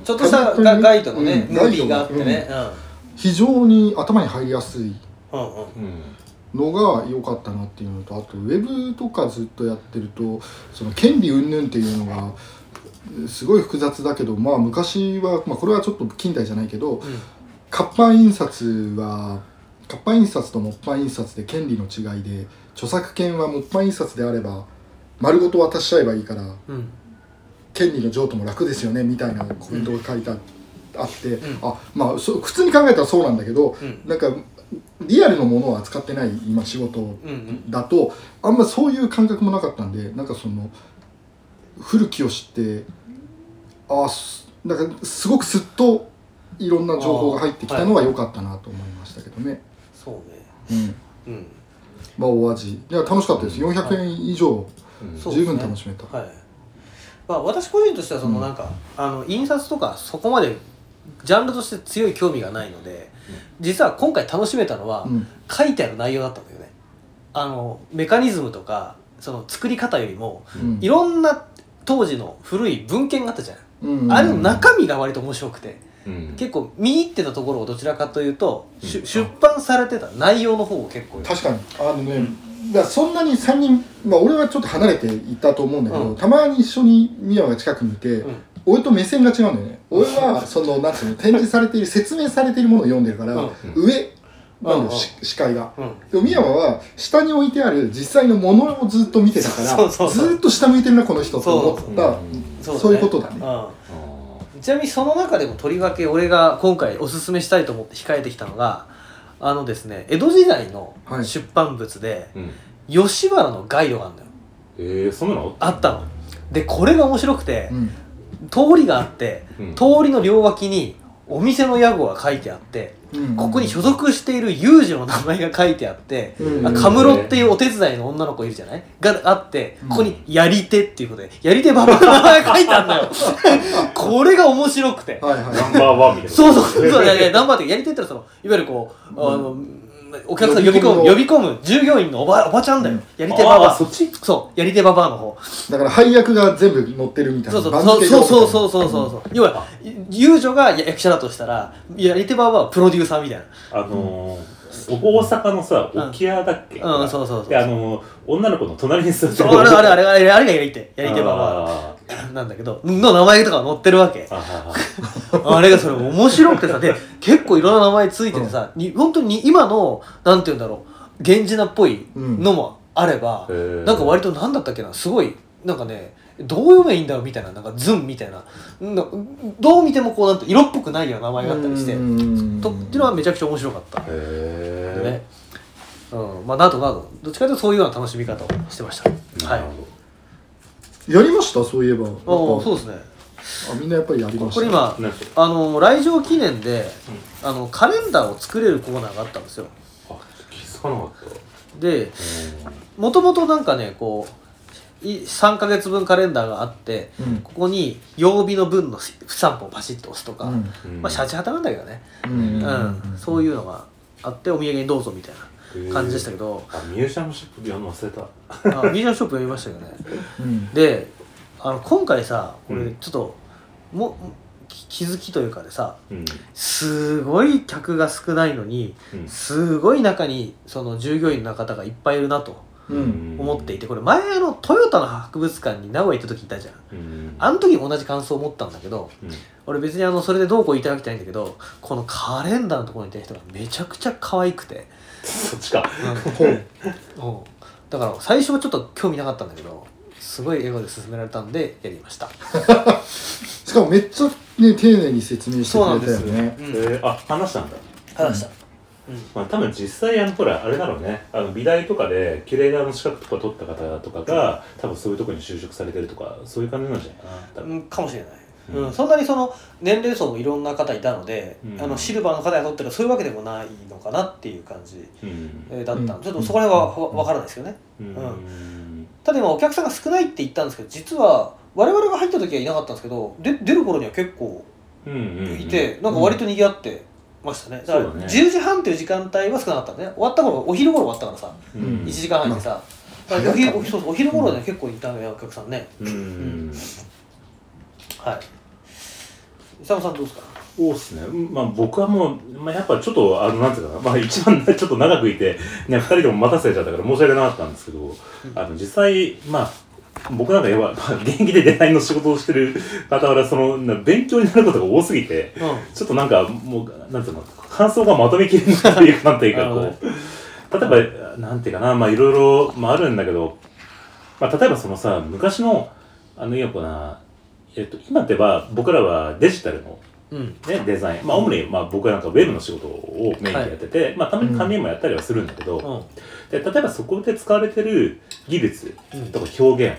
D: ちょっとしたガガイドのね、
C: うん
D: ムービーがあってね、
C: 非常に頭に入りやすい
D: うんうん
E: う
D: うん
E: ん
C: のが良かったなっていうのとあとウェブとかずっとやってるとその権利云々っていうのがえーすごい複雑だけどまあ昔は、まあ、これはちょっと近代じゃないけど、活版印刷は活版印刷と木版印刷で権利の違いで著作権は木版印刷であれば丸ごと渡しちゃえばいいから
D: うん
C: 権利の譲渡も楽ですよねみたいなコメントが書いてああって、あまあそう普通に考えたらそうなんだけど、
D: うん
C: なんかリアルのものを扱ってない今仕事
D: うんうん
C: だとあんまそういう感覚もなかったんでなんかその古きを知ってあすなんかすごくすっといろんな情報が入ってきたのは良かったなと思いましたけどね、
D: そうね
C: うん、
D: うん
C: まあお味いや楽しかったです400円以上
E: うん
D: そう
C: 十分楽しめた、
D: はいまあ私個人としてはそのなんか、あの印刷とかそこまでジャンルとして強い興味がないので、実は今回楽しめたのは、
C: うん
D: 書いてある内容だったんだよねあのメカニズムとかその作り方よりも
C: うん
D: いろんな当時の古い文献があったじゃん、
C: うん
D: あれの中身が割と面白くて、
E: うん
D: 結構見入ってたところをどちらかというと、しゅ出版されてた内容の方を結構
C: 確かにあのね、だからそんなに3人、まあ、俺はちょっと離れていたと思うんだけど、
D: うん
C: たまに一緒に美和が近くにいて、
D: うん
C: 俺と目線が違うんだよね俺はそのなんつうの展示されている説明されているものを読んでるから、
D: うん
C: 上なんだ
D: うん
C: よ、し視界が。
D: うん
C: でも美和は下に置いてある実際のものをずっと見てたから
D: そうそうそう
C: ずっと下向いてるなこの人と思った
D: そうだね
C: そういうことだね。
D: うんちなみにその中でもとりわけ俺が今回おすすめしたいと思って控えてきたのがあのですね江戸時代の
C: はい
D: 出版物で、
E: うん
D: 吉原のガイドがあるのよ
E: えー、そんなの
D: あったのでこれが面白くて、
C: うん
D: 通りがあって、
E: うん
D: 通りの両脇にお店の屋号が書いてあって
C: うん
D: ここに所属している有事の名前が書いてあって、
C: うん
D: あカムロっていうお手伝いの女の子いるじゃないがあってここに「やり手」っていうことで「やり手ババア」の名前が書いてあんだ よこれが面白くて
C: はいはい
E: ナンバーワンみたいな。
D: そうそうそういやいやナンバーってやり手って言ったらそのいわゆるこうあの、お客さん呼び込む呼
C: 呼
D: び込む従業員のおばおばちゃんだよ、
C: うん
D: やり手ババ
E: あー
D: ア
E: そっち
D: そうやり手ババアの方
C: だから配役が全部乗ってるみたい
D: そ
C: な
D: うそうそうそうそうそううそうそうそう要は遊女が役者だとしたらやり手ババアはプロデューサーみたいな
E: あのー、僕大阪のさ、
D: うん
E: 沖屋だっけ
D: うんそうそうそう
E: で、あのー、女の子の隣に座って
D: そうあれあれあれあれあれがやり手やり手ババ
E: あー
D: アなんだけどの名前とかが載ってるわけ
E: あ
D: あれがそれ面白くてさで結構いろんな名前ついててさ、に本当に今のなんて言うんだろう源氏名っぽいのもあれば、
E: ー。へー
D: なんか割となんだったっけなすごいなんかねどう読めばいいんだろうみたいななんかズンみたいななどう見てもこうなんて色っぽくないような名前があったりしてとっていうのはめちゃくちゃ面白かった
E: へー
D: ねうんまあなどなどどっちかというとそういうような楽しみ方をしてましたは
E: ないる
D: あ
E: ほど
C: やりましたそういえばなんか
D: あそうですね
C: あみんなやっぱりやりました
D: これ今
E: なんか
D: あの来場記念で、あのカレンダーを作れるコーナーがあったんですよ
E: あ気づかなかった
D: でもともとなんかねこうい3ヶ月分カレンダーがあって、
C: うん
D: ここに曜日の分の3本パシッと押すとか、
C: うん
E: うん
D: まあシャチハタなんだけどね、
C: うん
D: うん
C: うん
D: そういうのがあってお土産にどうぞみたいな感じでしたけど、
E: あミュージアムショップやるの忘れた
D: あミュージアムショップ読みましたけどね
C: うん
D: であの今回さ
E: う
D: 俺
E: ん
D: ちょっと、もき気づきというかでさ
E: うん
D: すごい客が少ないのに
E: うん
D: すごい中にその従業員の方がいっぱいいるなと
C: うん
D: 思っていてこれ前あのトヨタの博物館に名古屋行った時いたじゃん
E: うん
D: あの時も同じ感想を持ったんだけど
E: うん
D: 俺別にあのそれでどうこう言いたいわけじゃないんだけどこのカレンダーのところにいた人がめちゃくちゃ可愛くて、
E: そっちか
C: ほう
D: うんだから最初はちょっと興味なかったんだけどすごい笑顔で勧められたんでやりました
C: しかもめっちゃね丁寧に説明して
D: そうなん
C: く
D: で
C: れ
D: す
C: たよね
E: えーあ話したんだ
D: 話した、
E: まあ多分実際あのほらあれだろうねあの美大とかでキュレーターの資格とか取った方とかが多分そういうところに就職されてるとかそういう感じなんじゃないかな多分
D: うんかもしれない、
E: うん
D: うんそんなにその年齢層もいろんな方いたので、
E: うん
D: あのシルバーの方が取ってるそういうわけでもないのかなっていう感じ
E: うん
D: えーだった、
C: うん
D: ちょっとそこら辺はわわからないですよね
E: うん
D: ただ今お客さんが少ないって言ったんですけど実は我々が入った時はいなかったんですけどで出る頃には結構
E: うんうん
D: いて、なんか割と賑わってましたねだから
E: そうだね
D: 10時半っていう時間帯は少なかったね終わった頃お昼頃終わったからさ
E: う
C: うん
D: 1時間半にさ、だからお
C: 早かっ
D: 昼
C: た
D: お昼そうお昼頃には結構いたねお客さんね
E: うん
D: はい久野さんどうですか
E: そうですね、うんまあ、僕はもう、まあ、やっぱちょっと、あの、なんていうかな、まあ、一番 ちょっと長くいて、ね、二人でも待たせちゃったから申し訳なかったんですけど、あの、実際、まあ、僕なんかやばい、まあ、現役でデザインの仕事をしてる傍ら、その、な勉強になることが多すぎて、ちょっとなんか、もう、なんていうの、感想がまとめきれないっていうか、なんていうか、
D: なる
E: こう、例えば、なんていうかな、まあ、いろいろ、まあ、あるんだけど、まあ、例えばそのさ、昔の、あの、いいのかな、えっと、今ってば、僕らはデジタルの、
D: うんうん
E: ね、デザイン、まあ、主に、まあ、僕はなんかウェブの仕事をメインでやってて、まあ、たまに紙もやったりはするんだけど、
D: うん
E: で例えばそこで使われてる技術とか表現、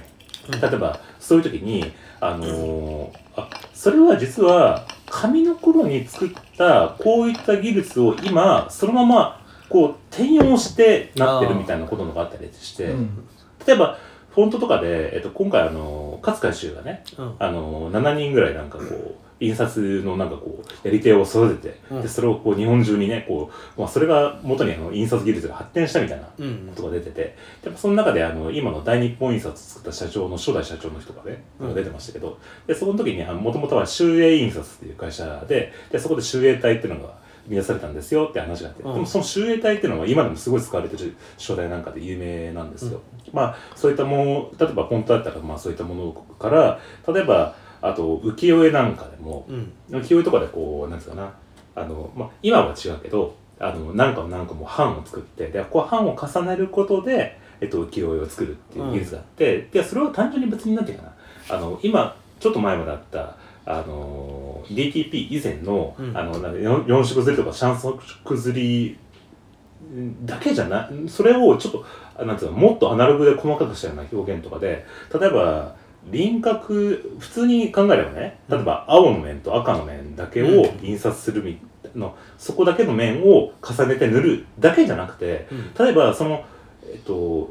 D: うん
E: 例えばそういう時に、あのーあそれは実は紙の頃に作ったこういった技術を今そのままこう転用してなってるみたいなことのがあったりして、
C: うん
E: 例えばフォントとかで、えっと、今回あの勝海舟がね
D: うん
E: あの7人ぐらいなんかこう印刷のなんかこうやり手を育てて、
D: うん
E: でそれをこう日本中にねこう、まあ、それが元にあの印刷技術が発展したみたいなこ
D: うん
E: とが出ててでもその中であの今の大日本印刷を作った社長の初代社長の人がね、
D: うん
E: 出てましたけどでその時にもともとは秀英印刷っていう会社ででそこで秀英隊っていうのが生み出されたんですよって話があって、
D: うん
E: でもその秀英隊っていうのは今でもすごい使われてる書体なんかで有名なんですよ。まあそういったもの例えばポントだったらまあそういったものから例えばあと浮世絵なんかでも
D: うん
E: 浮世絵とかでこうなんつうかなあの、まあ、今は違うけどあの何かも何かも版を作ってでこう版を重ねることで、えっと、浮世絵を作るっていう技術があって、でそれは単純に別になんていうかなあの今ちょっと前まであったあの DTP 以前の,、
D: うん
E: あのなんか四四色ずりとか三色ずりだけじゃないそれをちょっとあなんていうのもっとアナログで細かくしたような表現とかで例えば輪郭普通に考えればね例えば青の面と赤の面だけを印刷するみ、のそこだけの面を重ねて塗るだけじゃなくて
D: うん
E: 例えばその、えっと、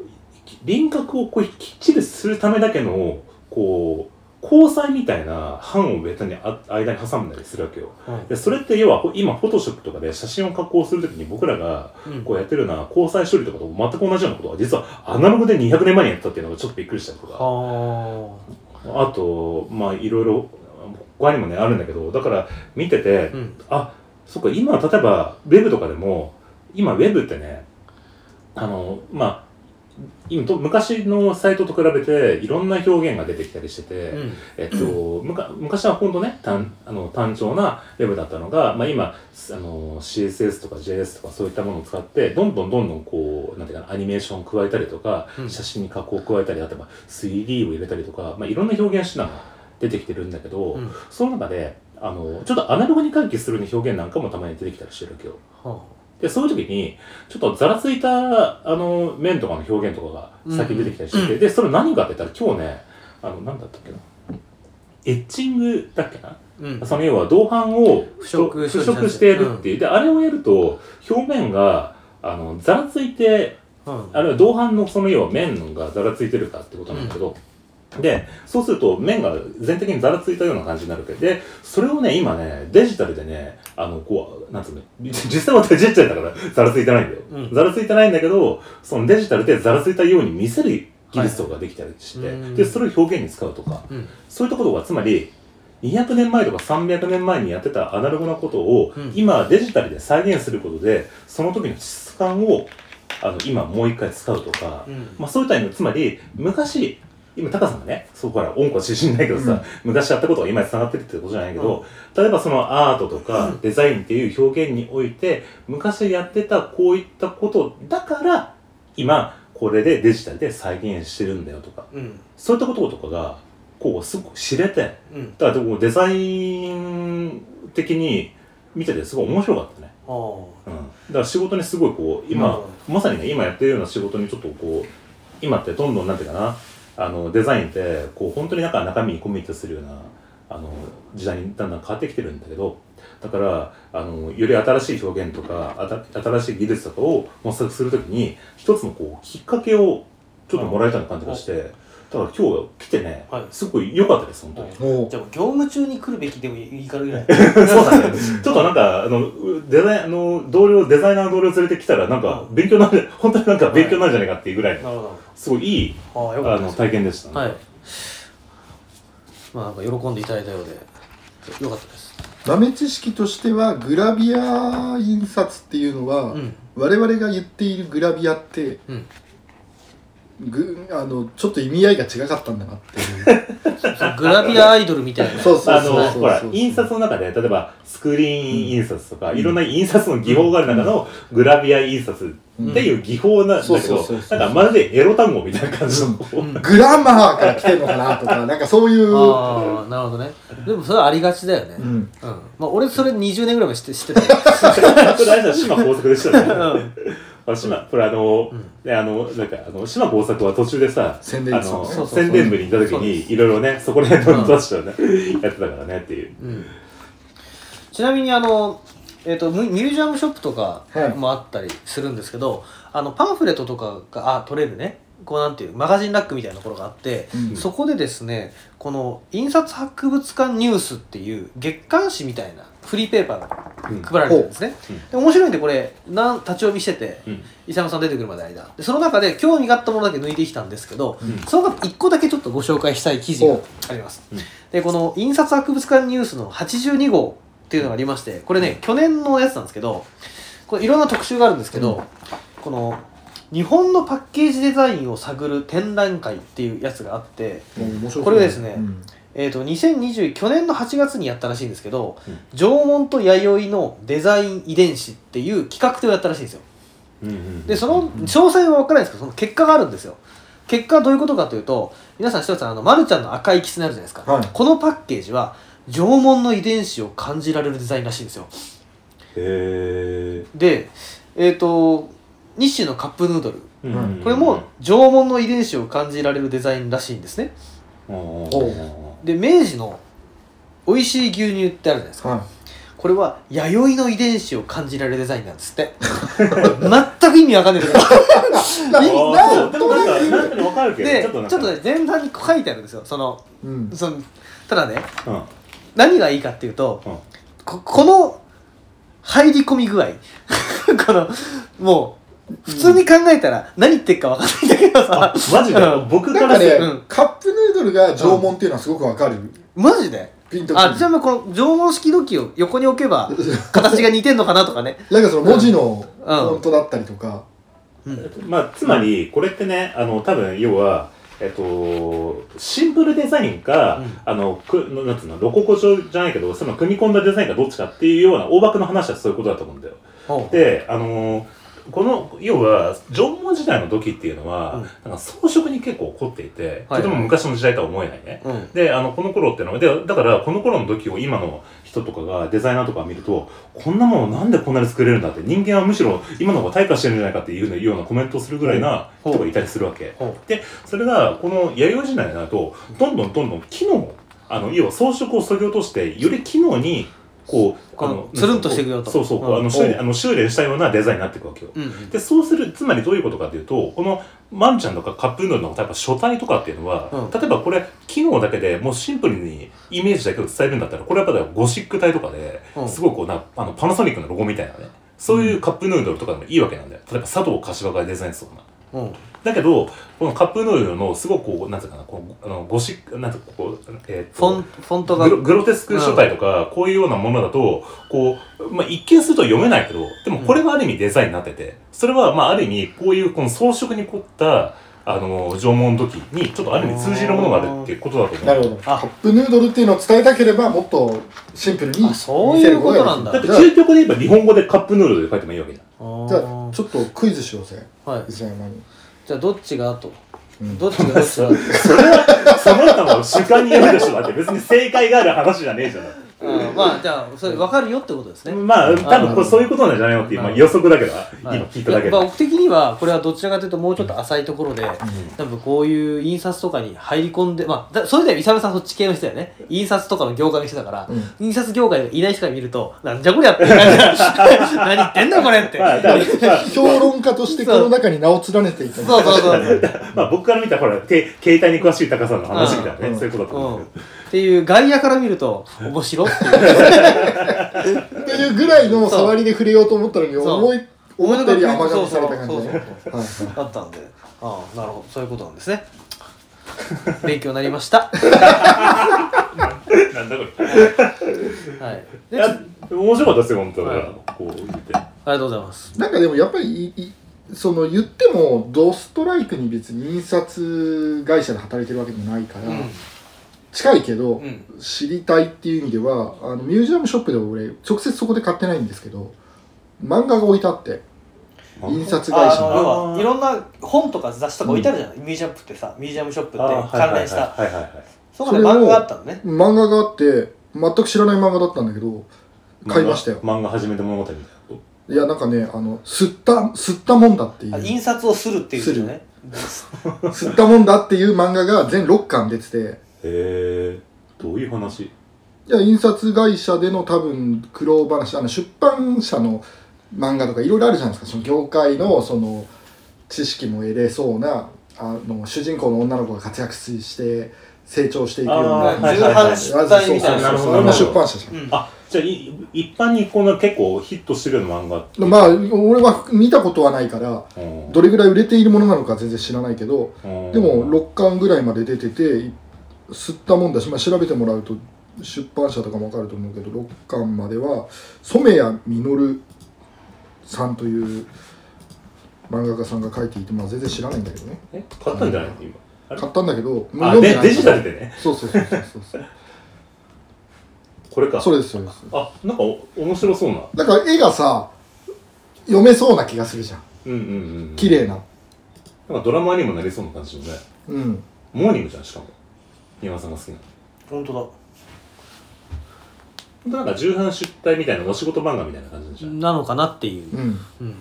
E: 輪郭をこうきっちりするためだけのこう交際みたいな版を別にあ間に挟んだりするわけよ
D: はい
E: でそれって要はこう今フォトショップとかで写真を加工するときに僕らが
D: うん
E: こうやってるような交際処理とかと全く同じようなことが実はアナログで200年前にやったっていうのがちょっとびっくりしたりとか
D: は
E: あとまあいろいろ他にもねあるんだけどだから見てて、
D: あうん
E: あそっか今例えばウェブとかでも今ウェブってねあのまあ今と昔のサイトと比べていろんな表現が出てきたりしてて、
D: うん
E: えっと、むか昔は本当ね単あの単調なウェブだったのが、まあ、今あの CSS とか JS とかそういったものを使ってどんどんどんどんこうなんていうかなアニメーションを加えたりとか、
D: うん
E: 写真に加工を加えたりあとは 3D を入れたりとか、まあ、いろんな表現手段が出てきてるんだけど、
D: うんは
E: その中であのちょっとアナログに回帰するような表現なんかもたまに出てきたりしてるわけよ。
D: あ
E: でそういう時にちょっとざらついたあの面とかの表現とかが先に出てきたりしてて、でそれ何かって言ったら今日ねあの何だったっけなエッチングだっけな、
D: うん
E: その要は銅版を
D: 腐食
E: 腐食しているっていう、であれをやると表面があのざらついて
D: うん
E: あるいは銅版のその要は面がざらついてるかってことなんだけど、でそうすると面が全体的にざらついたような感じになるわけでそれをね今ねデジタルでねあのこうなんつうの実際はデジタルだからざらついてないんだよ、
D: うん
E: ざらついてないんだけどそのデジタルでざらついたように見せる技術とかができたりして、
D: はいうん
E: でそれを表現に使うとか
D: うん
E: そういったことがつまり200年前とか300年前にやってたアナログなことを、
D: うん
E: 今デジタルで再現することでその時の質感をあの今もう一回使うとか、
D: うん
E: まあ、そういった意味つまり昔今タカさんがねそうから恩子は知んないけどさ、昔やったことが今につながってるってことじゃないけど、例えばそのアートとかデザインっていう表現において、昔やってたこういったことだから今これでデジタルで再現してるんだよとか
D: うん
E: そういったこととかがこうすごく知れて
D: うん
E: だからでもデザイン的に見ててすごい面白かったね。
D: ああ
E: うんだから仕事にすごいこう今、まさにね今やってるような仕事にちょっとこう今ってどんどんなんていうかなあのデザインってこう本当になんか中身にコミットするようなあの時代にだんだん変わってきてるんだけどだからあのより新しい表現とかあた新しい技術とかを模索するときに一つのこうきっかけをちょっともらえたような感じがしてだから今日来てね、
D: はい
E: すごい良かったです本当に。
C: おう
D: でも業務中に来るべきでもいいからぐらい
E: そうだね。ちょっとなんか、あの、うデザイン、あの、同僚、デザイナーの同僚連れてきたら、なんか、勉強なんじゃ、本当になんか勉強なんじゃないかっていうぐらいの、
D: なるほ
E: すごいいい、
D: どああ
E: あ
D: よかったで
E: の、
D: す
E: 体験でしたね。
D: はいまあなんか喜んでいただいたようでよかったです
C: 豆知識としてはグラビア印刷っていうのは、
D: うん
C: 我々が言っているグラビアって、
D: うん
C: ぐあのちょっと意味合いが違かったんだなっていう
D: そうグラビアアイドルみたいな
C: そうそう
E: あ
C: そう
E: の、
C: そう
E: ほら
C: そう、
E: 印刷の中で、例えば、スクリーン印刷とか、いろんな印刷の技法がある中の、グラビア印刷っていう技法なんだけ
C: うんそうそう
E: ど
C: そう、そ
E: な
C: うん
E: か、まるでエロ単語みたいな感じの、こう
C: グラマーから来てるのかなとかなんかそういう、
D: ああなるほどねでもそれはありがちだよね
C: う
D: うん
C: ん、
D: まあ俺それ20年ぐらい前知って知ってたよ
E: それあれじゃん島耕作でしたね。
D: うん
E: あの島、これあの、ね、あの、なんか、あの、島工作は途中でさ、
C: 宣伝
E: あ
C: そう
E: の、
C: そう
D: そう
E: 宣伝部に行った時
D: そうで
E: に、いろいろね、そこら辺
D: う
E: の
D: ん
E: 雑誌をね、やってたからねっていう。
D: うんちなみにあのえっとミュミュージアムショップとか
C: はい
D: もあったりするんですけど、あのパンフレットとかがあ取れるねこうなんていうマガジンラックみたいなところがあって、
C: うん
D: そこでですねこの印刷博物館ニュースっていう月刊誌みたいなフリーペーパーが
E: うん
D: 配られてるんですね、
E: うん
D: で面白いんでこれなん立ち読みしてて、
E: うん
D: 伊沢さん出てくるまでの間でその中で興味があったものだけ抜いてきたんですけど、
E: ん
D: その中で1個だけちょっとご紹介したい記事があります、
E: うん
D: でこの印刷博物館ニュースの82号っていうのがありましてこれね去年のやつなんですけどこれいろんな特集があるんですけど、この日本のパッケージデザインを探る展覧会っていうやつがあって、
C: もう面白そう
D: これですね
C: うん
D: えー、と2020去年の8月にやったらしいんですけど
E: うん
D: 「縄文と弥生のデザイン遺伝子」っていう企画展をやったらしいんですよ
E: うんうん
D: でその詳細は分からないんですけどその結果があるんですよ結果はどういうことかというと皆さん一つあの、ま、るちゃんの赤いキツネあるじゃないですか、
C: はい
D: このパッケージは縄文の遺伝子を感じられるデザインらしいんですよ
E: へ
D: でえっ、と日清のカップヌードル
E: え。
C: うん
D: これも縄文の遺伝子を感じられるデザインらしいんですね
E: うん、お
C: お
E: ー
D: で明治の美味しい牛乳ってあるじゃないですか
C: は
D: これは弥生の遺伝子を感じられるデザインなんですって 全く意味わかんないけど
E: あ
C: みんな
E: ーそうでもなんかなんとなくわかるけど
D: で
E: ち
D: ち
E: ょっと
D: ょ
E: なん
D: っ
E: か
D: とね前段に書いてあるんですよその
C: うん
D: そのただね
E: うんうん
D: 何がいいかっていうとここの入り込み具合 このもう普通に考えたら何言ってっか分かんないんだけど
E: あ
D: さ
E: マジで
D: うん
E: 僕
C: な
E: か
C: んからね、
D: うん
C: カップヌードルが縄文っていうのはすごくわかる、
D: マジで
C: ピンとくる
D: あちなみにこの縄文式土器を横に置けば形が似てんのかなとかね
C: なんかその文字のフ
D: うん
C: ォントだったりとか、
E: まあ、つまり、これってね、あの、多分、要は、えっと、シンプルデザインか、
D: うん
E: あの、く、なんつうの、ロココ調じゃないけど、その組み込んだデザインかどっちかっていうような大枠の話はそういうことだと思うんだよ。
D: ほう
E: で、あのこの、要は、縄文時代の土器っていうのは、
D: うん
E: なんか装飾に結構起こっていて、
D: はい
E: とても昔の時代とは思えないね。
D: うん
E: で、あの、この頃ってのは、で、だから、この頃の時を今の人とかが、デザイナーとか見ると、こんなものなんでこんなに作れるんだって、人間はむしろ今の方が退化してるんじゃないかっていうようなコメントをするぐらいな人がいたりするわけ
D: ほ。
E: で、それが、この弥生時代になると、どんどんどんどん機能、あの、要は装飾を削ぎ落として、より機能に、こう、
D: こ
E: あ
D: のつるんとしていくよと
E: そうそう、こう
D: うん
E: あの修練あの修練したようなデザインになっていくわけよ。
D: うん
E: で、そうする、つまりどういうことかというと、この、マルちゃんとかカップヌードルの、例えば書体とかっていうのは、
D: うん
E: 例えばこれ、機能だけでもうシンプルにイメージだけを伝えるんだったら、これはやっぱゴシック体とかで、
D: うん
E: すごいこうな、あの、パナソニックのロゴみたいなね、そういうカップヌードルとかでもいいわけなんだよ。例えば佐藤柏がデザインしそうな。
D: うん
E: だけど、このカップヌードルの、すごくこう、なんていうかな、こう、あの、ゴシック、なんていうか、こう、えー、
D: フォンフォントが
E: グログロテスク書体とか、こういうようなものだと、こう、まあ、一見すると読めないけど、でもこれがある意味デザインになってて、それは、まあ、ある意味、こういうこの装飾に凝った、あの、縄文土器に、ちょっとある意味通じるものがあるっていうことだと思う。
C: なるほどカ
D: あ
C: ップヌードルっていうのを伝えたければもっとシンプルに
D: あそういうことなんだ
E: だって、
C: じゃあ
E: 究極で言えば日本語でカップヌードルで書いてもいいわけじゃん。
C: じゃあちょっとクイズしようぜ
D: はい
C: 石山 に、
D: じゃあどっちがと
C: うん
D: どっちがどっちが
E: それは、その他の主観によるでしょ。だって別に正解がある話じゃねえじゃん。
D: うんまあじゃあそれ分かるよってことですね
E: まあ、多分これそういうことなんじゃないのって、
D: な
E: 今
D: るほど
E: 予測だけど、今
D: はい
E: 聞いただけ
D: いやまあ
E: ど。
D: 僕的にはこれはどちらかというともうちょっと浅いところで、多分こういう印刷とかに入り込んでまあだそれでは伊沢さんそっち系の人だよね印刷とかの業界の人だから、
C: う
D: 印刷業界のいない人から見るとなんじゃこりゃって感じだ何言ってんだよこれって、
E: まあ、だからまあ
C: 評論家としてこの中に名を連ねていた
D: そうそうそう
E: まあ僕から見たらほら、け携帯に詳しい高さんの話みたいな
C: う
E: ね、
C: ん
E: そういうことだと
D: う
E: 思うん
D: ん、っ
E: です
D: ていう外野から見ると面白って いう
C: っていうぐらいの触りで触れようと思ったのに
D: そう
C: 思い思ったより甘噛みされた感じ
D: そうそう
C: ね
D: そう
C: はい
D: だったんでああなるほどそういうことなんです ね勉強になりま した
E: け ど。なんだこれ。
D: はい
E: い
D: で
E: や
D: あり
E: 面白かったですよ、本当だから
D: は
E: こう言って。
D: がとうございます
C: なんかでもやっぱりいいその言ってもドストライクに別に印刷会社で働いてるわけでもないから、近いけど、
D: うん
C: 知りたいっていう意味ではあのミュージアムショップでは俺直接そこで買ってないんですけど漫画が置いてあって
E: あ
C: 印刷会
D: あ
C: 社
D: の
C: の
E: あ
D: 要はいろんな本とか雑誌とか置いてあるじゃない、ミュージアムショップってさミュージアムショップって関連した
E: はいはいはいはいはい。
D: そこで漫画があったのね
C: 漫画があって全く知らない漫画だったんだけど買いましたよ
E: 漫画始めて物語みたいない
C: やなんかねあの吸った吸ったもんだってい
D: あ
C: う
D: 印刷をするっていうことね
C: 吸ったもんだっていう漫画が全6巻出てて
E: へえ。どういう話
C: いや印刷会社での多分苦労話あの出版社の漫画とかいろいろあるじゃないですかその業界のその知識も得れそうなあの主人公の女の子が活躍して成長していくような
E: あーはい
C: そう
E: はいはい
C: そう
D: 重版出題みたいな
C: そうそうそれ
E: なるほ
C: も
E: ど
C: 出版社じゃん、
D: うん
E: あ、じゃあい一般にこんな結構ヒットしてるような漫画って
C: まあ俺は見たことはないから
E: うん
C: どれぐらい売れているものなのか全然知らないけど
E: うん
C: でも6巻ぐらいまで出てて吸ったもんだし、まあ、調べてもらうと出版社とかも分かると思うけど6巻までは染谷実さんという漫画家さんが書いていて、まあ、全然知らないんだけどね
E: え買ったんじゃないの今。あれ
C: 買ったんだけどもう
E: あ、
C: 読んで
E: で
C: ない
E: デジタルでね。
C: そうそうそうそうそう
E: これか。
C: それですそれです
E: あ、なんかお面白そうな。
C: だから絵がさ読めそうな気がするじゃん
E: うんうんうん。
C: 綺。麗な
E: なんかドラマにもなりそうな感じよね。
C: うん
E: モーニングじゃん、しかも。庭さんが好きな。
D: 本当
E: なんか重版出退みたいなお仕事漫画みたいな感じじ
D: だ
E: ゃん、
D: なのかなっていうう、
C: ん
D: うん、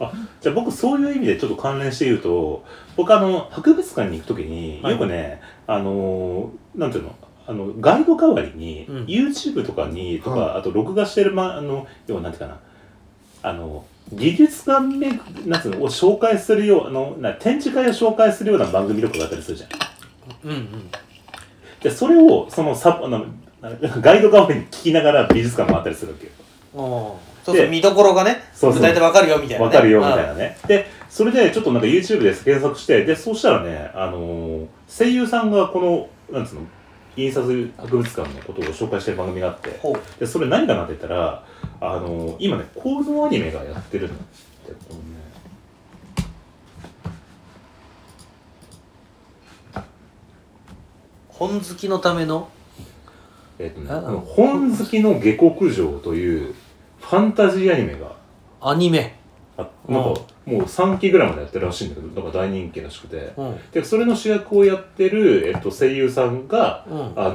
E: あじゃあ僕そういう意味でちょっと関連して言うと僕あの博物館に行く時に
D: はい
E: よくね、あのーなんていうの
A: あのガイド代わりに、
D: うん
A: YouTube とかにとか、
C: は
A: あと録画してる、ま、あの要はなんていうかなあの技術館めなんつうのを紹介するようあのな展示会を紹介するような番組とかがあったりするじゃん。
D: うんうん
A: でそれをそのサあのあのガイド代わりに聞きながら美術館回ったりするわけよ。
D: おーそうそう
A: で
D: 見どころがね
A: そうそう
D: 大体わかるよみたいな、ね、
A: わかるよみたいなね。で、それでちょっとなんか YouTube で検索して、で、そうしたらね、あのー声優さんがこの、なんつうの、印刷博物館のことを紹介してる番組があって、
D: ほう
A: で、それ何かなって言ったら、あのー今ね、コードアニメがやってるの。でこのね
D: 本好きのための
A: えっ、とね、
D: あ
A: この本好きの下克上というファンタジーアニメが、
D: アニメ、
A: あなんかもう3期ぐらいまでやってるらしいんだけど、なんか大人気らしくて。
D: うん
A: で、それの主役をやってる、えっと、声優さんが、
D: うん、
A: あのー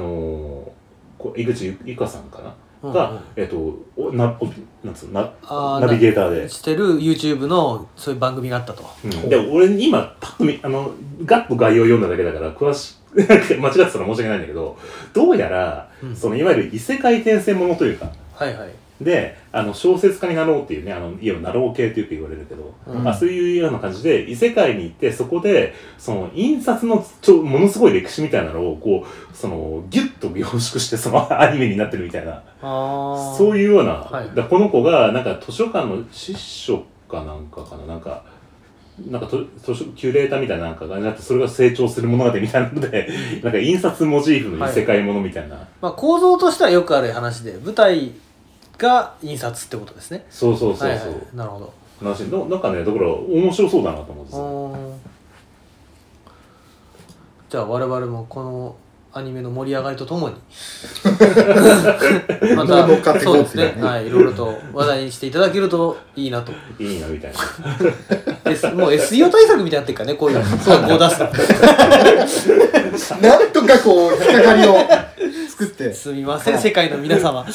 A: こう、井口ゆかさんかな、
D: うん
A: が、
D: うん
A: えっ、と、おなおなんつうの
D: あ
A: な
D: ー
A: ナビゲーターで。
D: してる YouTube のそういう番組があったと
A: うんで、俺、今、パッと見、あの、ガッと概要読んだだけだから、詳しく、間違ってたら申し訳ないんだけど、どうやら、
D: うん
A: その、いわゆる異世界転生ものというか、
D: はいはい
A: で、あの、小説家になろうっていうね、あの、いわゆるなろう系ってよく言われるけど、
D: うん
A: まあ、そういうような感じで、異世界に行って、そこで、その、印刷のちょ、ものすごい歴史みたいなのを、こう、その、ギュッと凝縮して、その、アニメになってるみたいな、
D: ああ
A: そう
D: いう
A: いうような、
D: はい
A: だこの子が、なんか図書館の司書かなんかかな、なんか、なんかと図書、キュレーターみたいななんかがなって、それが成長する物語みたいなので、 なんか印刷モチーフの異世界ものみたいな、
D: まあ、構造としてはよくある話で舞台が印刷ってことですね
A: そうそうそうそう、
D: はいはい、なるほど
A: 話の、なんかね、だから面白そうだなと思うんですよ。
D: うんじゃあ我々もこのアニメの盛り上がりとと もにまた
C: 乗っかっていこう
D: そう
C: みたいなね
D: ですね、はい、いろいろと話題にしていただけるといいなと、
A: いいな、みたいな。
D: S、もう SEO 対策みたいになってるからねこういうのこう出すの
C: なんとかこう引っかかりを作って
D: すみません世界の皆様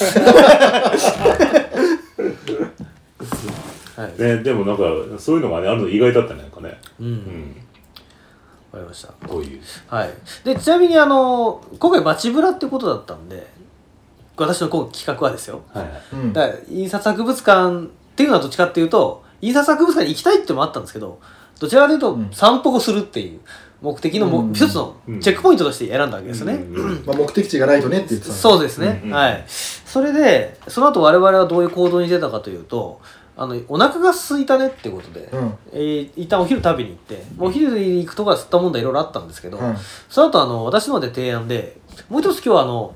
D: はい、
A: ね、でもなんか、そういうのがね、あるの意外だったね、なんかね。
D: う、
A: うんん。
D: わかりました
A: こういう。
D: はい、でちなみにあの今回街ブラってことだったんで私の今回企画はですよ
A: はいはい。
C: うん
D: だから印刷博物館っていうのはどっちかっていうと印刷博物館に行きたいってのもあったんですけどどちらかというと
C: うん
D: 散歩をするっていう目的のも、
C: うん
D: 一つのチェックポイントとして選んだわけですよね、
A: うん
C: まあ、目的地がないとねって言ってたの
D: そうですね、
A: うんうん
D: はいそれでその後我々はどういう行動に出たかというとあのお腹が空いたねってことで、
C: うん
D: えー一旦お昼食べに行ってお昼に行くとこは吸ったもんだいろいろあったんですけど、
C: うん
D: その後あの私の方で提案でもう一つ今日はあの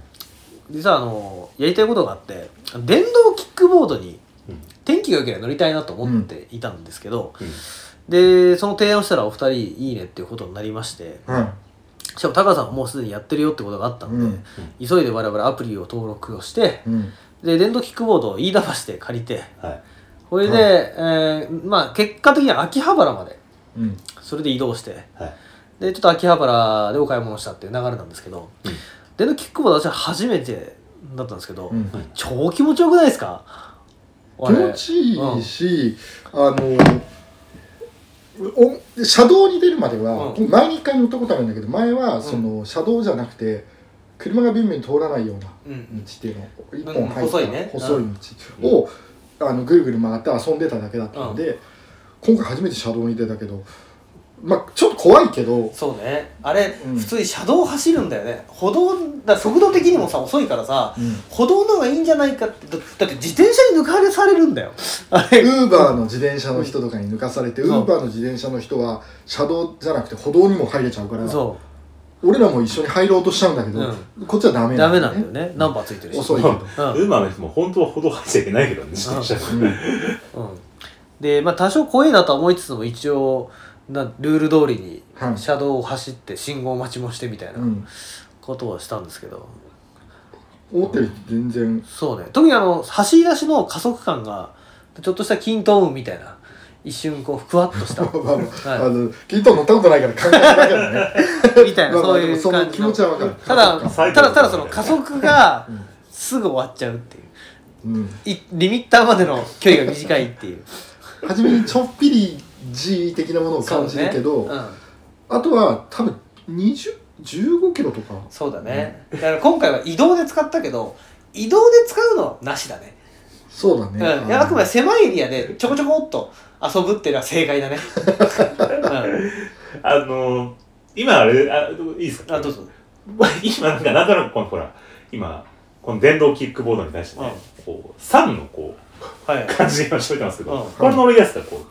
D: 実はあのやりたいことがあって電動キックボードに
A: うん
D: 天気が良ければ乗りたいなと思っていたんですけど、
A: うん
D: でその提案をしたらお二人いいねっていうことになりまして
C: うん
D: しかも高さんはもうすでにやってるよってことがあったので、
C: うん
D: 急いで我々アプリを登録をして
C: うん
D: で電動キックボードを飯田橋で借りて
A: はい。
D: これで、
C: うん
D: えーまあ、結果的には秋葉原まで
C: うん
D: それで移動して
A: はい。
D: でちょっと秋葉原でお買い物したっていう流れなんですけど、
A: うん
D: 電動キックボードは私は初めてだったんですけど、
C: うん
D: 超気持ちよくないですかあ
C: 気
D: れ
C: 持ちいいし、あのお車道に出るまでは、
D: うん
C: 前に一回乗ったことあるんだけど前は
D: ん
C: その、車道じゃなくて車がビュンビュン通らないような
D: うん、うん
C: 道っていうのを一
D: う
C: 本入
D: ん
C: った
D: 細いね
C: 細い道を、あのぐるぐる回って遊んでただけだったんで、今回初めて車道に出たけど、まあ、ちょっと怖いけど、
D: そうねあれ、
C: うん
D: 普通に車道走るんだよね歩道だ速度的にもさ遅いからさ歩道の方がいいんじゃないかってだだって自転車に抜かれされるんだよ あれ
C: ウーバーの自転車の人とかに抜かされて、ウ
D: うん
C: ーバーの自転車の人は車道じゃなくて歩道にも入れちゃうから
D: そ
C: 俺らも一緒に入ろうとしちゃうんだけど、こっちはダ
D: う
C: メ
D: ダ
C: なん
D: メ
C: だ
D: な
C: よ
D: ん
C: ね
D: だよね、ナンバーついてるし
C: 遅いけ
A: そう
C: ど、
D: うん
A: ウーバーの人も本当は歩道入っちゃいけないけ どね、自転車
C: うん
D: うん、でまあ多少怖いなとは思いつつも一応なルール通りに
C: はい
D: 車道を走って信号待ちもしてみたいな
C: うん
D: ことをしたんですけど、
C: 思ったより全然
D: そうね特にあの走り出しの加速感がちょっとした均等運みたいな一瞬こうふわっと した
C: まあまあ、あの聞いた乗ったことないから考えだけどね
D: みたいな
C: まあま
D: そ
C: あ
D: うい
C: でも
D: う
C: その
D: 感じ
C: 気持ちは分かる
D: ただ
A: 最後
D: ただただその加速がすぐ終わっちゃうっていう
C: うん、
D: いリミッターまでの距離が短いっ ていう
C: 初めにちょっぴり G 的なものを感じるけど、
D: そうね
C: あとは多分20 15キロとか
D: そうだね、だから今回は移動で使ったけど移動で使うのはなしだね
C: そうだね
D: うんいやあくまで狭いエリアでちょこちょこっと遊ぶっていうのは正解だね、う
A: あのー、今あれ、あ、どういいです
D: ん、
A: か
D: あどうぞ
A: 今なんかなんとなくこのほら今この電動キックボードに対してね、こう3のこ
D: はい、
A: う感じがしといてますけど、
D: うん
A: これ乗りですかこう、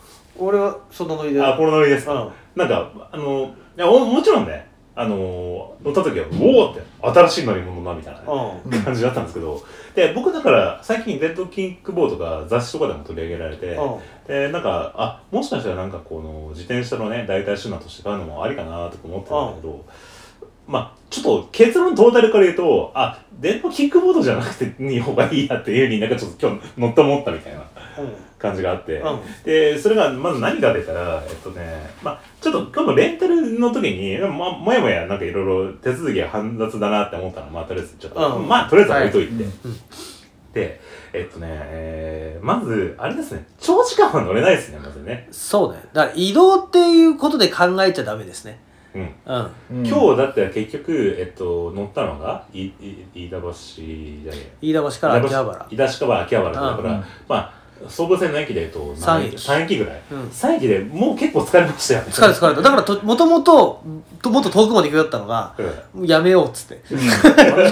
D: 俺はそのノリで
A: あこれ乗りですか、
D: うん
A: なんかあのいやおもちろんねあの乗った時はおおって新しい乗り物だみたいなね、
D: うん
C: うん
A: 感じだったんですけどで僕だから最近電動キックボードが雑誌とかでも取り上げられて、
D: うん
A: でなんかあもしかしたらなんかこの自転車のね代替手段として買うのもありかなとか思ってたんだけど、まあちょっと結論トータルから言うとあ電動キックボードじゃなくてに方がいいやっていうふうになんかちょっと今日乗った思ったみたいな感じがあって、
D: うん
A: でそれがまず何が出たらえっとねまあちょっと今度レンタルの時にまもやもやなんかいろいろ手続きが煩雑だなって思ったのまあとりあえずちょっと、
D: うん
A: まあとりあえず置いといて、
C: はい
A: でえっとね、えーまずあれですね長時間は乗れないですねまずね
D: そうねだから移動っていうことで考えちゃダメですね
A: うん
D: うん
C: うん
A: 今日だって結局、えっと、乗ったのが、い、い、飯田橋じゃねえ。
D: 飯田橋から秋葉原
A: 飯田橋から秋葉原だ
D: う
A: か
D: ん
A: ら、まあ、総武線の駅で言うと、
D: 三駅
A: 3駅ぐらい。
D: うん
A: 3駅でもう結構疲れましたよね。
D: 疲れた疲れただからともともとともっと遠くまで行くようだったのが
A: うん
D: やめようっつって、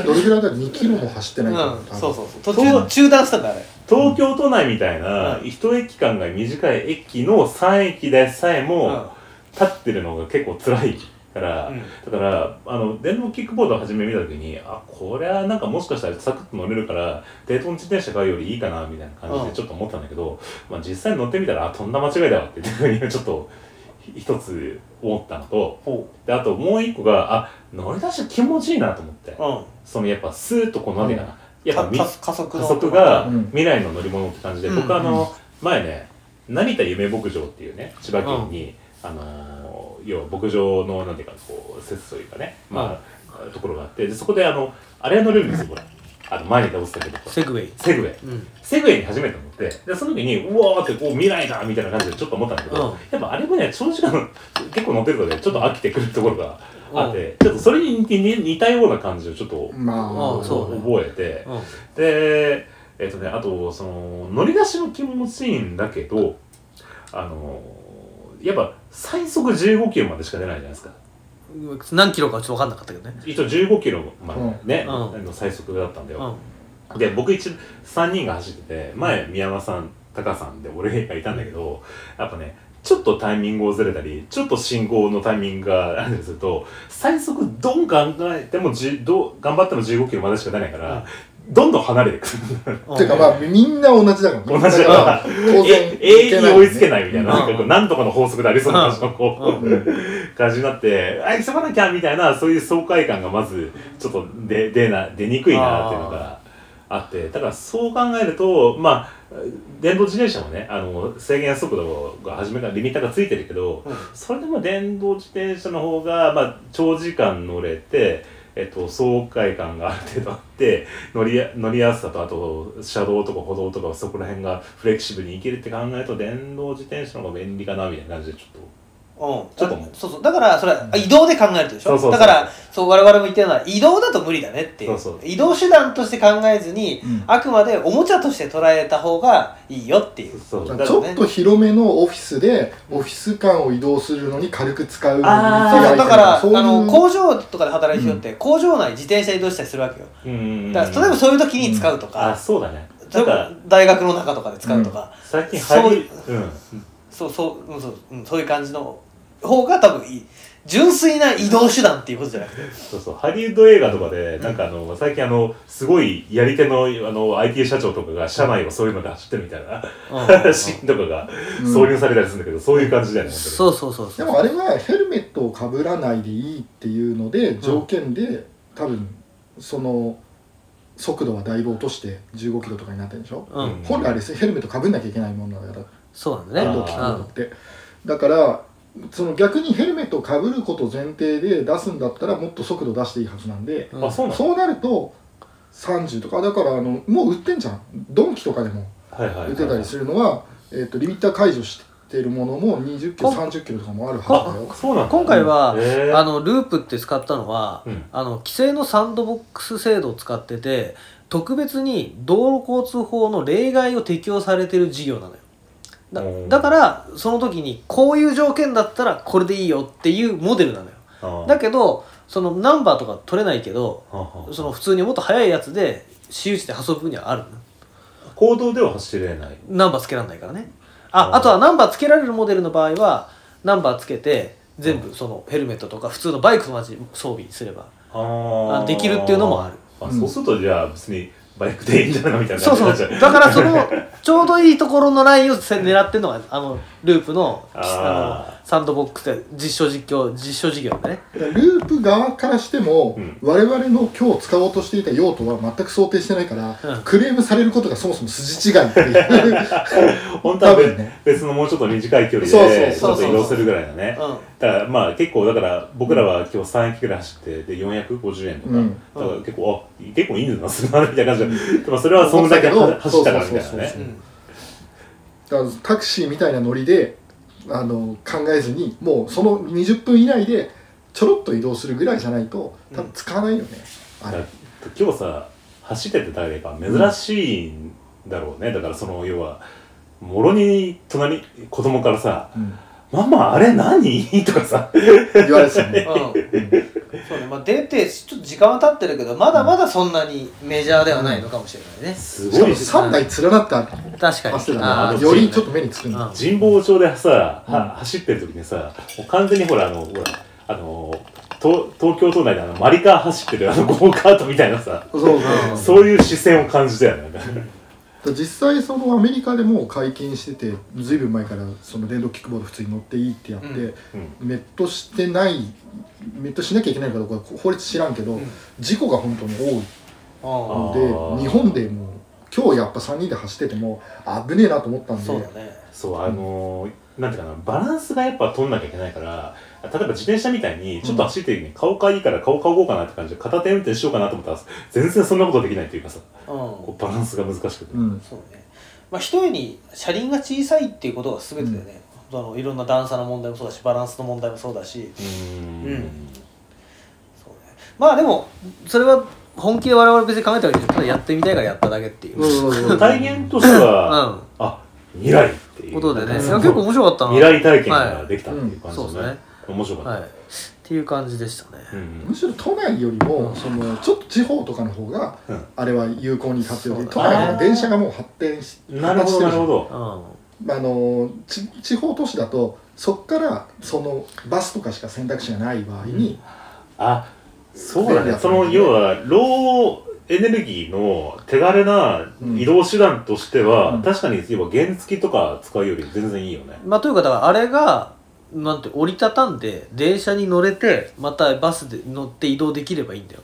C: どれぐらいだ2キロも走ってないから多分
D: そう途中中断したんだあれ
A: 東京都内みたいな、一駅間が短い駅の3駅でさえも、立ってるのが結構辛いから、
B: うん
A: だから、あの、電動キックボードを初め見たときに、あ、これはなんかもしかしたらサクッと乗れるから、デートン自転車買うよりいいかな、みたいな感じ
D: うん
A: でちょっと思ったんだけど、まあ実際乗ってみたら、あ、とんだ間違いだわっていうふうにちょっと、ひ一つ思ったのと、で、あともう一個が、あ、乗り出し気持ちいいなと思って、そのやっぱスーッとこう、なんていうかな、やっぱみ
D: 加加速
A: 加
D: の
A: 速が
C: うん
A: 未来の乗り物って感じで、
D: うん
A: 僕あの、前ね成田夢牧場っていうね千葉県に、あのー要は牧場のなんていうかこう施設というかね、まあところがあってでそこであのあれ乗れるんですよほらあの前に倒したけど
D: セグウェイ
A: セグウェイ
D: うん
A: セグウェイに初めて乗ってでその時にうわーってこう未来だみたいな感じでちょっと思ったんだけど、
D: うん
A: やっぱあれもね長時間結構乗ってるのでちょっと飽きてくるところがあって、ちょっとそれに似て似たような感じをちょっと、
C: ま
D: あそうね
A: 覚えて。
D: うん
A: でえっ、とねあとその乗り出しも気持ちいいんだけどあのやっぱ最速15キロまでしか出ないじゃないですか
D: 何キロかはちょっと分かんなかったけどね
A: 一応15キロまでね、
D: うんうん
A: あの最速だったんだ
D: う
A: よ、で僕一3人が走ってて前宮山さんタカさんで俺がいたんだけどやっぱねちょっとタイミングをずれたりちょっと信号のタイミングがあるんですると最速どん考えてもじどう頑張っても15キロまでしか出ないから、どんどん離れてくる
D: ん
C: てかまあみんな同じだから
A: 同じだ
C: だ
A: から
C: から当然
A: え永遠に追いつけないみたいな、
D: うん
A: なんかこうなんとかの法則でありそうな感じのこう、
C: うん
A: 感じになって、あ、急がなきゃみたいな、そういう爽快感がまず、ちょっと出、出な、出にくいなっていうのがあって、だからそう考えると、まあ、電動自転車もね、あの、制限速度が初めからリミッターがついてるけど、
D: うん
A: それでも電動自転車の方が、まあ、長時間乗れて、えっと、爽快感がある程度あって、乗りや乗りやすさとあと車道とか歩道とかそこら辺がフレキシブルに行けるって考えると電動自転車の方が便利かなみたいな感じでちょっ
D: うん、
A: ちょっともう
D: そうそうだからそれは移動で考えるでし
A: そう
D: ょ
A: そうそう
D: だからそう我々も言ってるのは移動だと無理だねっていう
A: そうそう
D: 移動手段として考えずに、
C: うん
D: あくまでおもちゃとして捉えた方がいいよっていう
A: とそう
C: だ
A: だ
C: からち
A: から
C: ょっと広めのオフィスでオフィス間を移動するのに軽く使うのに
A: あー
D: そ
C: 手
D: う
C: が空いてる
D: そうだから
C: そういう
D: あの工場とかで働いてる人って、工場内自転車移動したりするわけよ
A: うん
D: だから例えばそういう時に使うと
A: あ
D: か、
A: そうだねな
D: 例え
A: んか
D: ば大学の中とかで使うとか、
A: 最近入り
D: そう
A: うん
D: そうそううんそううんそういう感じの方が多分いい純粋な移動手段っていうことじゃなくて
A: そうそうハリウッド映画とかでなんかあの最近あのすごいやり手のあの IT 社長とかが社内をそういうので走ってるみたいなシーンとかが
C: うん
A: 挿入されたりするんだけどそういう感じだよね本当に
D: そうそうそう
C: で
D: そう
C: もあれはヘルメットをかぶらないでいいっていうので条件で多分その速度はだいぶ落として15キロとかになってるでしょ
D: う
A: うん
D: ん
C: 本来あれヘルメットかぶんなきゃいけないもんだから
D: そうなんだ
C: 電
D: ね
A: あ
C: 動
A: ー
C: キックボードってだからその逆にヘルメットをかぶること前提で出すんだったらもっと速度出していいはずなんで
D: うん
A: あそうなの
C: そうなると30とかだからあのもう売ってんじゃんドンキとかでも
A: はいはいはい
C: 打てたりするのは、えー、とリミッター解除しっているものも20キロ
D: こ
C: 30キロとかもあるはずだよ
E: そうなんだ
D: 今回は、
E: へー
D: あのループって使ったのは、
E: うん
D: あの規制のサンドボックス制度を使ってて特別に道路交通法の例外を適用されてる事業なのよだ
E: うん
D: だからその時にこういう条件だったらこれでいいよっていうモデルなのよ
E: ああ
D: だけどそのナンバーとか取れないけど
E: ああ
D: その普通にもっと速いやつで私有地で遊ぶにはあるの
E: 行動では走れない
D: ナンバーつけられないからね
E: う
D: あ
E: ん
D: あとはナンバーつけられるモデルの場合はナンバーつけて全部そのヘルメットとか普通のバイクと同じ装備すれば
E: あ
D: あできるっていうのもある
E: あそうするとじゃあ別にバイクでいいんじゃないのみたいな
D: そう
E: 感じにな
D: そう
E: っちゃ
D: だからそ のちょうどいいところのラインを狙ってるのがあのループの
E: あ
D: あのサンドボックスで実証実況実証事業でね
C: ループ側からしても、
E: うん
C: 我々の今日使おうとしていた用途は全く想定してないから、
D: うん
C: クレームされることがそもそも筋違いっていう
E: 本当は
C: 多分
E: 別
C: ね
E: 別のもうちょっと短い距離
C: そうそう
E: でち
D: そ
E: ょ
D: う
E: っと移動するぐらいだね
D: うん
E: だからまあ結構だから僕らは今日3駅ぐらい走ってで450円とか、
C: うん
E: だから結構あ結構いいんだなするなみたいな感じで、でもそれはそんだけ
C: 思ってたけど
E: 走ったからみたいな
C: そうそうそうそ
E: ね
D: うん
C: だからタクシーみたいなノリであの考えずにもうその20分以内でちょろっと移動するぐらいじゃないと多分使わないよね、あ
E: だ
C: れ
E: 今日さ走ってて誰か珍しいんだろうね、だからその要はもろに隣子供からさ
C: うん
E: 「ママあれ何?」とかさ
C: 言われて たね
D: うんそうねまあ、出てちょっと時間は経ってるけどまだまだそんなにメジャーではないのかもしれないね、
E: す
C: しか
E: ご
C: も
E: い
C: 3台連なった
D: 確かに
C: バスだ
E: あ
C: か
E: ー
C: らよりちょっと目につくんだ
D: うん
E: 神保町でさ、
C: うん
E: は走ってる時にさもう完全にほらあのほらあの東東京都内であのマリカー走ってるあのゴーカートみたいなさ
C: そうそう
D: うん
C: そう
E: そういう視線を感じたよ ね。
C: 実際そのアメリカでもう解禁しててずいぶん前からその電動キックボード普通に乗っていいってやって、
D: うん
E: うん
C: メットしてないメットしなきゃいけないかどうか法律知らんけど、
D: うん
C: 事故が本当に多い
D: うん
E: あ
C: の
E: ー
C: で日本でもう今日やっぱ3人で走ってても危ねえなと思ったんで
D: そうだね
E: そうあのーなんていうかなバランスがやっぱ取んなきゃいけないから例えば自転車みたいにちょっと走ってる時に顔がいいから顔買おうかなって感じで片手運転しようかなと思ったら全然そんなことできないっていうかさ
D: うん
E: こうバランスが難しくて、
C: うん、
D: そうねまあ一重に車輪が小さいっていうことが全てだよね、あのいろんな段差の問題もそうだしバランスの問題もそうだし
E: うーん
D: うんそう、ね、まあでもそれは本気で我々別に考えたわけじゃないただやってみたいからやっただけっていう、うん
C: そうそうそう
E: 体現としては、あ未来っていう
D: ことでね、
E: なんか
D: い
E: そ
D: や
E: の
D: 結構面白かったな
E: 未来体験ができたっていう感じ
D: はいう
E: で
D: んそ
E: ね,、
D: うですね
E: 面白かった、
D: はい、っていう感じでしたね、
E: うん
C: むしろ都内よりもそのちょっと地方とかの方が
E: うん
C: あれは有効に活用できる
D: そ
C: 都
D: うだね
C: 内は電車がもう発展し
E: うんなるほどなるほど
D: うん
C: あのち地方都市だとそこからそのバスとかしか選択肢がない場合に、
E: あそうだ
C: 便利
E: ね
C: だ
E: その要はローエネルギーの手軽な移動手段としては、
C: うん
E: 確かに要は原付とか使うより全然いいよね、
D: まあ、というかだからあれがなんて折りたたんで電車に乗れてまたバスで乗って移動できればいいんだよ、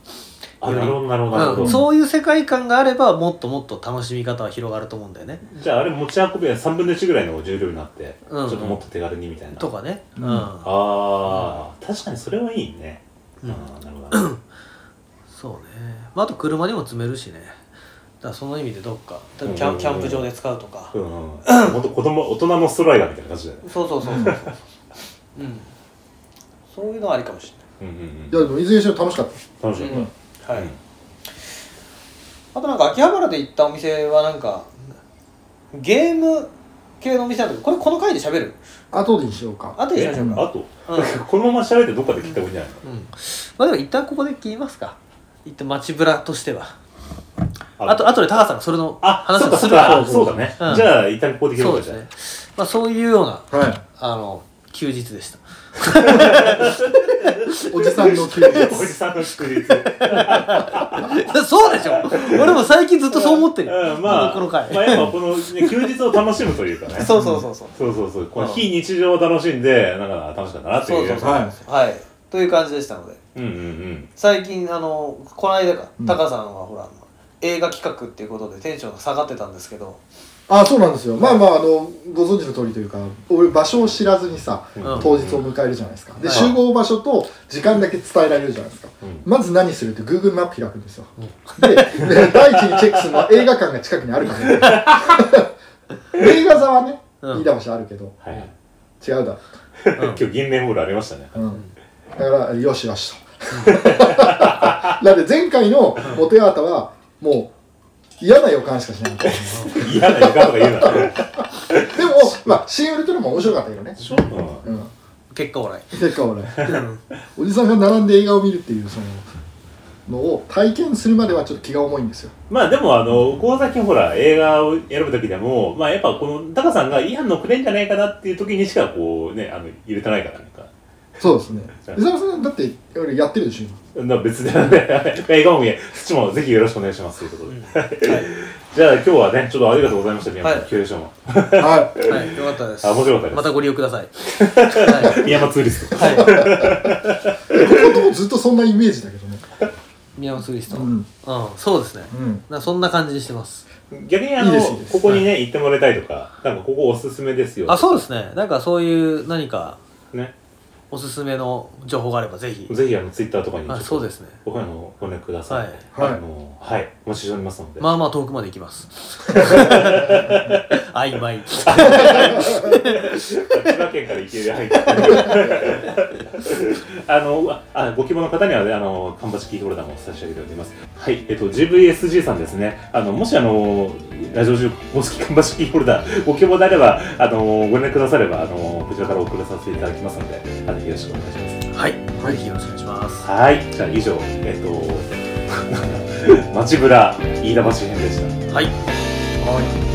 E: あ
D: より
E: なるほどなるほどなるほ
D: う
E: ど、
D: ん、そういう世界観があればもっともっと楽しみ方は広がると思うんだよね
E: じゃああれ持ち運びは3分の1ぐらいの重量になって、
D: うん
E: ちょっともっと手軽にみたいな
D: とかね、うん
C: ん
E: あー、確かにそれはいいね、
D: うん
E: あーなるほど
D: そうね、まあ、あと車にも積めるしねだからその意味でどっかキャンキャンプ場で使うとか、
E: うんうんほんと子供大人のストライダーみたいな感じだよね
D: そうそうそうそうそううんそういうのはありかもし
E: うんうん
C: いやでもいずれにしろ楽しかった
E: うん楽し
D: れ
E: み
D: ない、うん、はい、
E: うん
D: あとなんか秋葉原で行ったお店はなんかゲーム系のお店なんだけどこれこの回で喋る
C: 後でにしようか
D: 後でしましょうか、
E: あと、このまま喋ってどっかで聞いた方がいいんじゃないの
D: うん、まあでも一旦ここで切りますか一旦街ブラとしてはあとあとで高橋さんがそれの
E: あ
D: 話
E: そう
D: を
E: か
D: す
E: そう
D: る
E: かそうだね、
D: うん
E: じゃあ一旦ここで切ろ
D: そうう
E: か
D: で
E: じゃ
D: す
E: あ
D: ねまあそういうような
C: はい
D: あの休日でした
C: おじさんの休日
E: おじさんの祝日
D: そうでしょ 俺も最近ずっとそう思ってるよ、
E: うんまあ
D: この回、
E: まあやっぱこの、ね、休日を楽しむというかね
D: そうそうそうそう
E: そうそうそうこ
D: う
E: の
D: ん
E: 非日常を楽しんでなんか楽しかったなってい
D: そううそうそう、
C: はい
D: はい、という感じでしたので
E: うんうんうん
D: 最近あのこの間か、
C: うん
D: タカさんはほら映画企画っていうことでテンションが下がってたんですけど、
C: あそうなんですよまあまああのご存知の通りというか俺場所を知らずにさ
E: うん
C: 当日を迎えるじゃないですかで
D: はい
C: 集合場所と時間だけ伝えられるじゃないですか
E: うん
C: まず何するって Google マップ開くんですよでで第一にチェックするのは映画館が近くにあるかどうか映画座はね
D: うん
C: 言い魂あるけど
E: はいはい
C: 違うだろ
E: 今日銀蓮ボールありましたね
C: う、うん、だからよしよしと だって前回のモテアータはもう嫌な予感しかしなかった
E: 嫌な予感とか言うな
C: でもまあ新ウルトラマン面白かったけどね、
E: そうう
C: う
E: ん
C: ん、
D: 結果オーライ
C: 結果俺おじさんが並んで映画を見るっていうそののを体験するまではちょっと気が重いんですよ
E: まあでもあのこう最近ほら映画を選ぶ時でもまあやっぱこのタカさんが違反のくれんじゃないかなっていう時にしかこうねあの入れてないからなんか
C: そうですね伊沢さんだってやってるでしょ今
E: そんな別で映画も見え土もぜひよろしくお願いしますということで、 じゃあ今日はねちょっとありがとうございました宮本
D: はい
E: キュレーションも
C: は
D: はいよかったです
E: あ面白かったです
D: またご利用くださいは
E: 宮本ツーリスト
D: い、はい
C: ここともずっとそんなイメージだけどね
D: い、宮本スリスト、
C: う
D: うん
C: ん、
D: そうですね
C: うん、
D: なそんな感じにしてます
E: 逆にあの
C: いいですいいです
E: ここにね行ってもらいたいとかなんかここおすすめですよ
D: あそうですねなんかそういう何か
E: ね
D: おすすめの情報があればぜひ
E: ぜひあのツイッターとかに
D: あそうですね
E: 僕らのご連絡ください、
C: はい
E: あのはいお待ちしておりますので、
D: まあまあ遠くまで行きます 曖昧
E: 千葉県から池で入ってあのああご希望の方にはねあの缶バッキーホルダーも差し上げておりますはいえっと GVSG さんですねあのもしあのラジオ中公式缶バッキーホルダーご希望であればあのご連絡くださればあのこちらからお送らさせていただきますのであのよろしくお願いします
D: はい、ぜひよろしくお願いします
E: はいじゃあ以上えっ と街ブラ飯田橋編でした
D: はいはい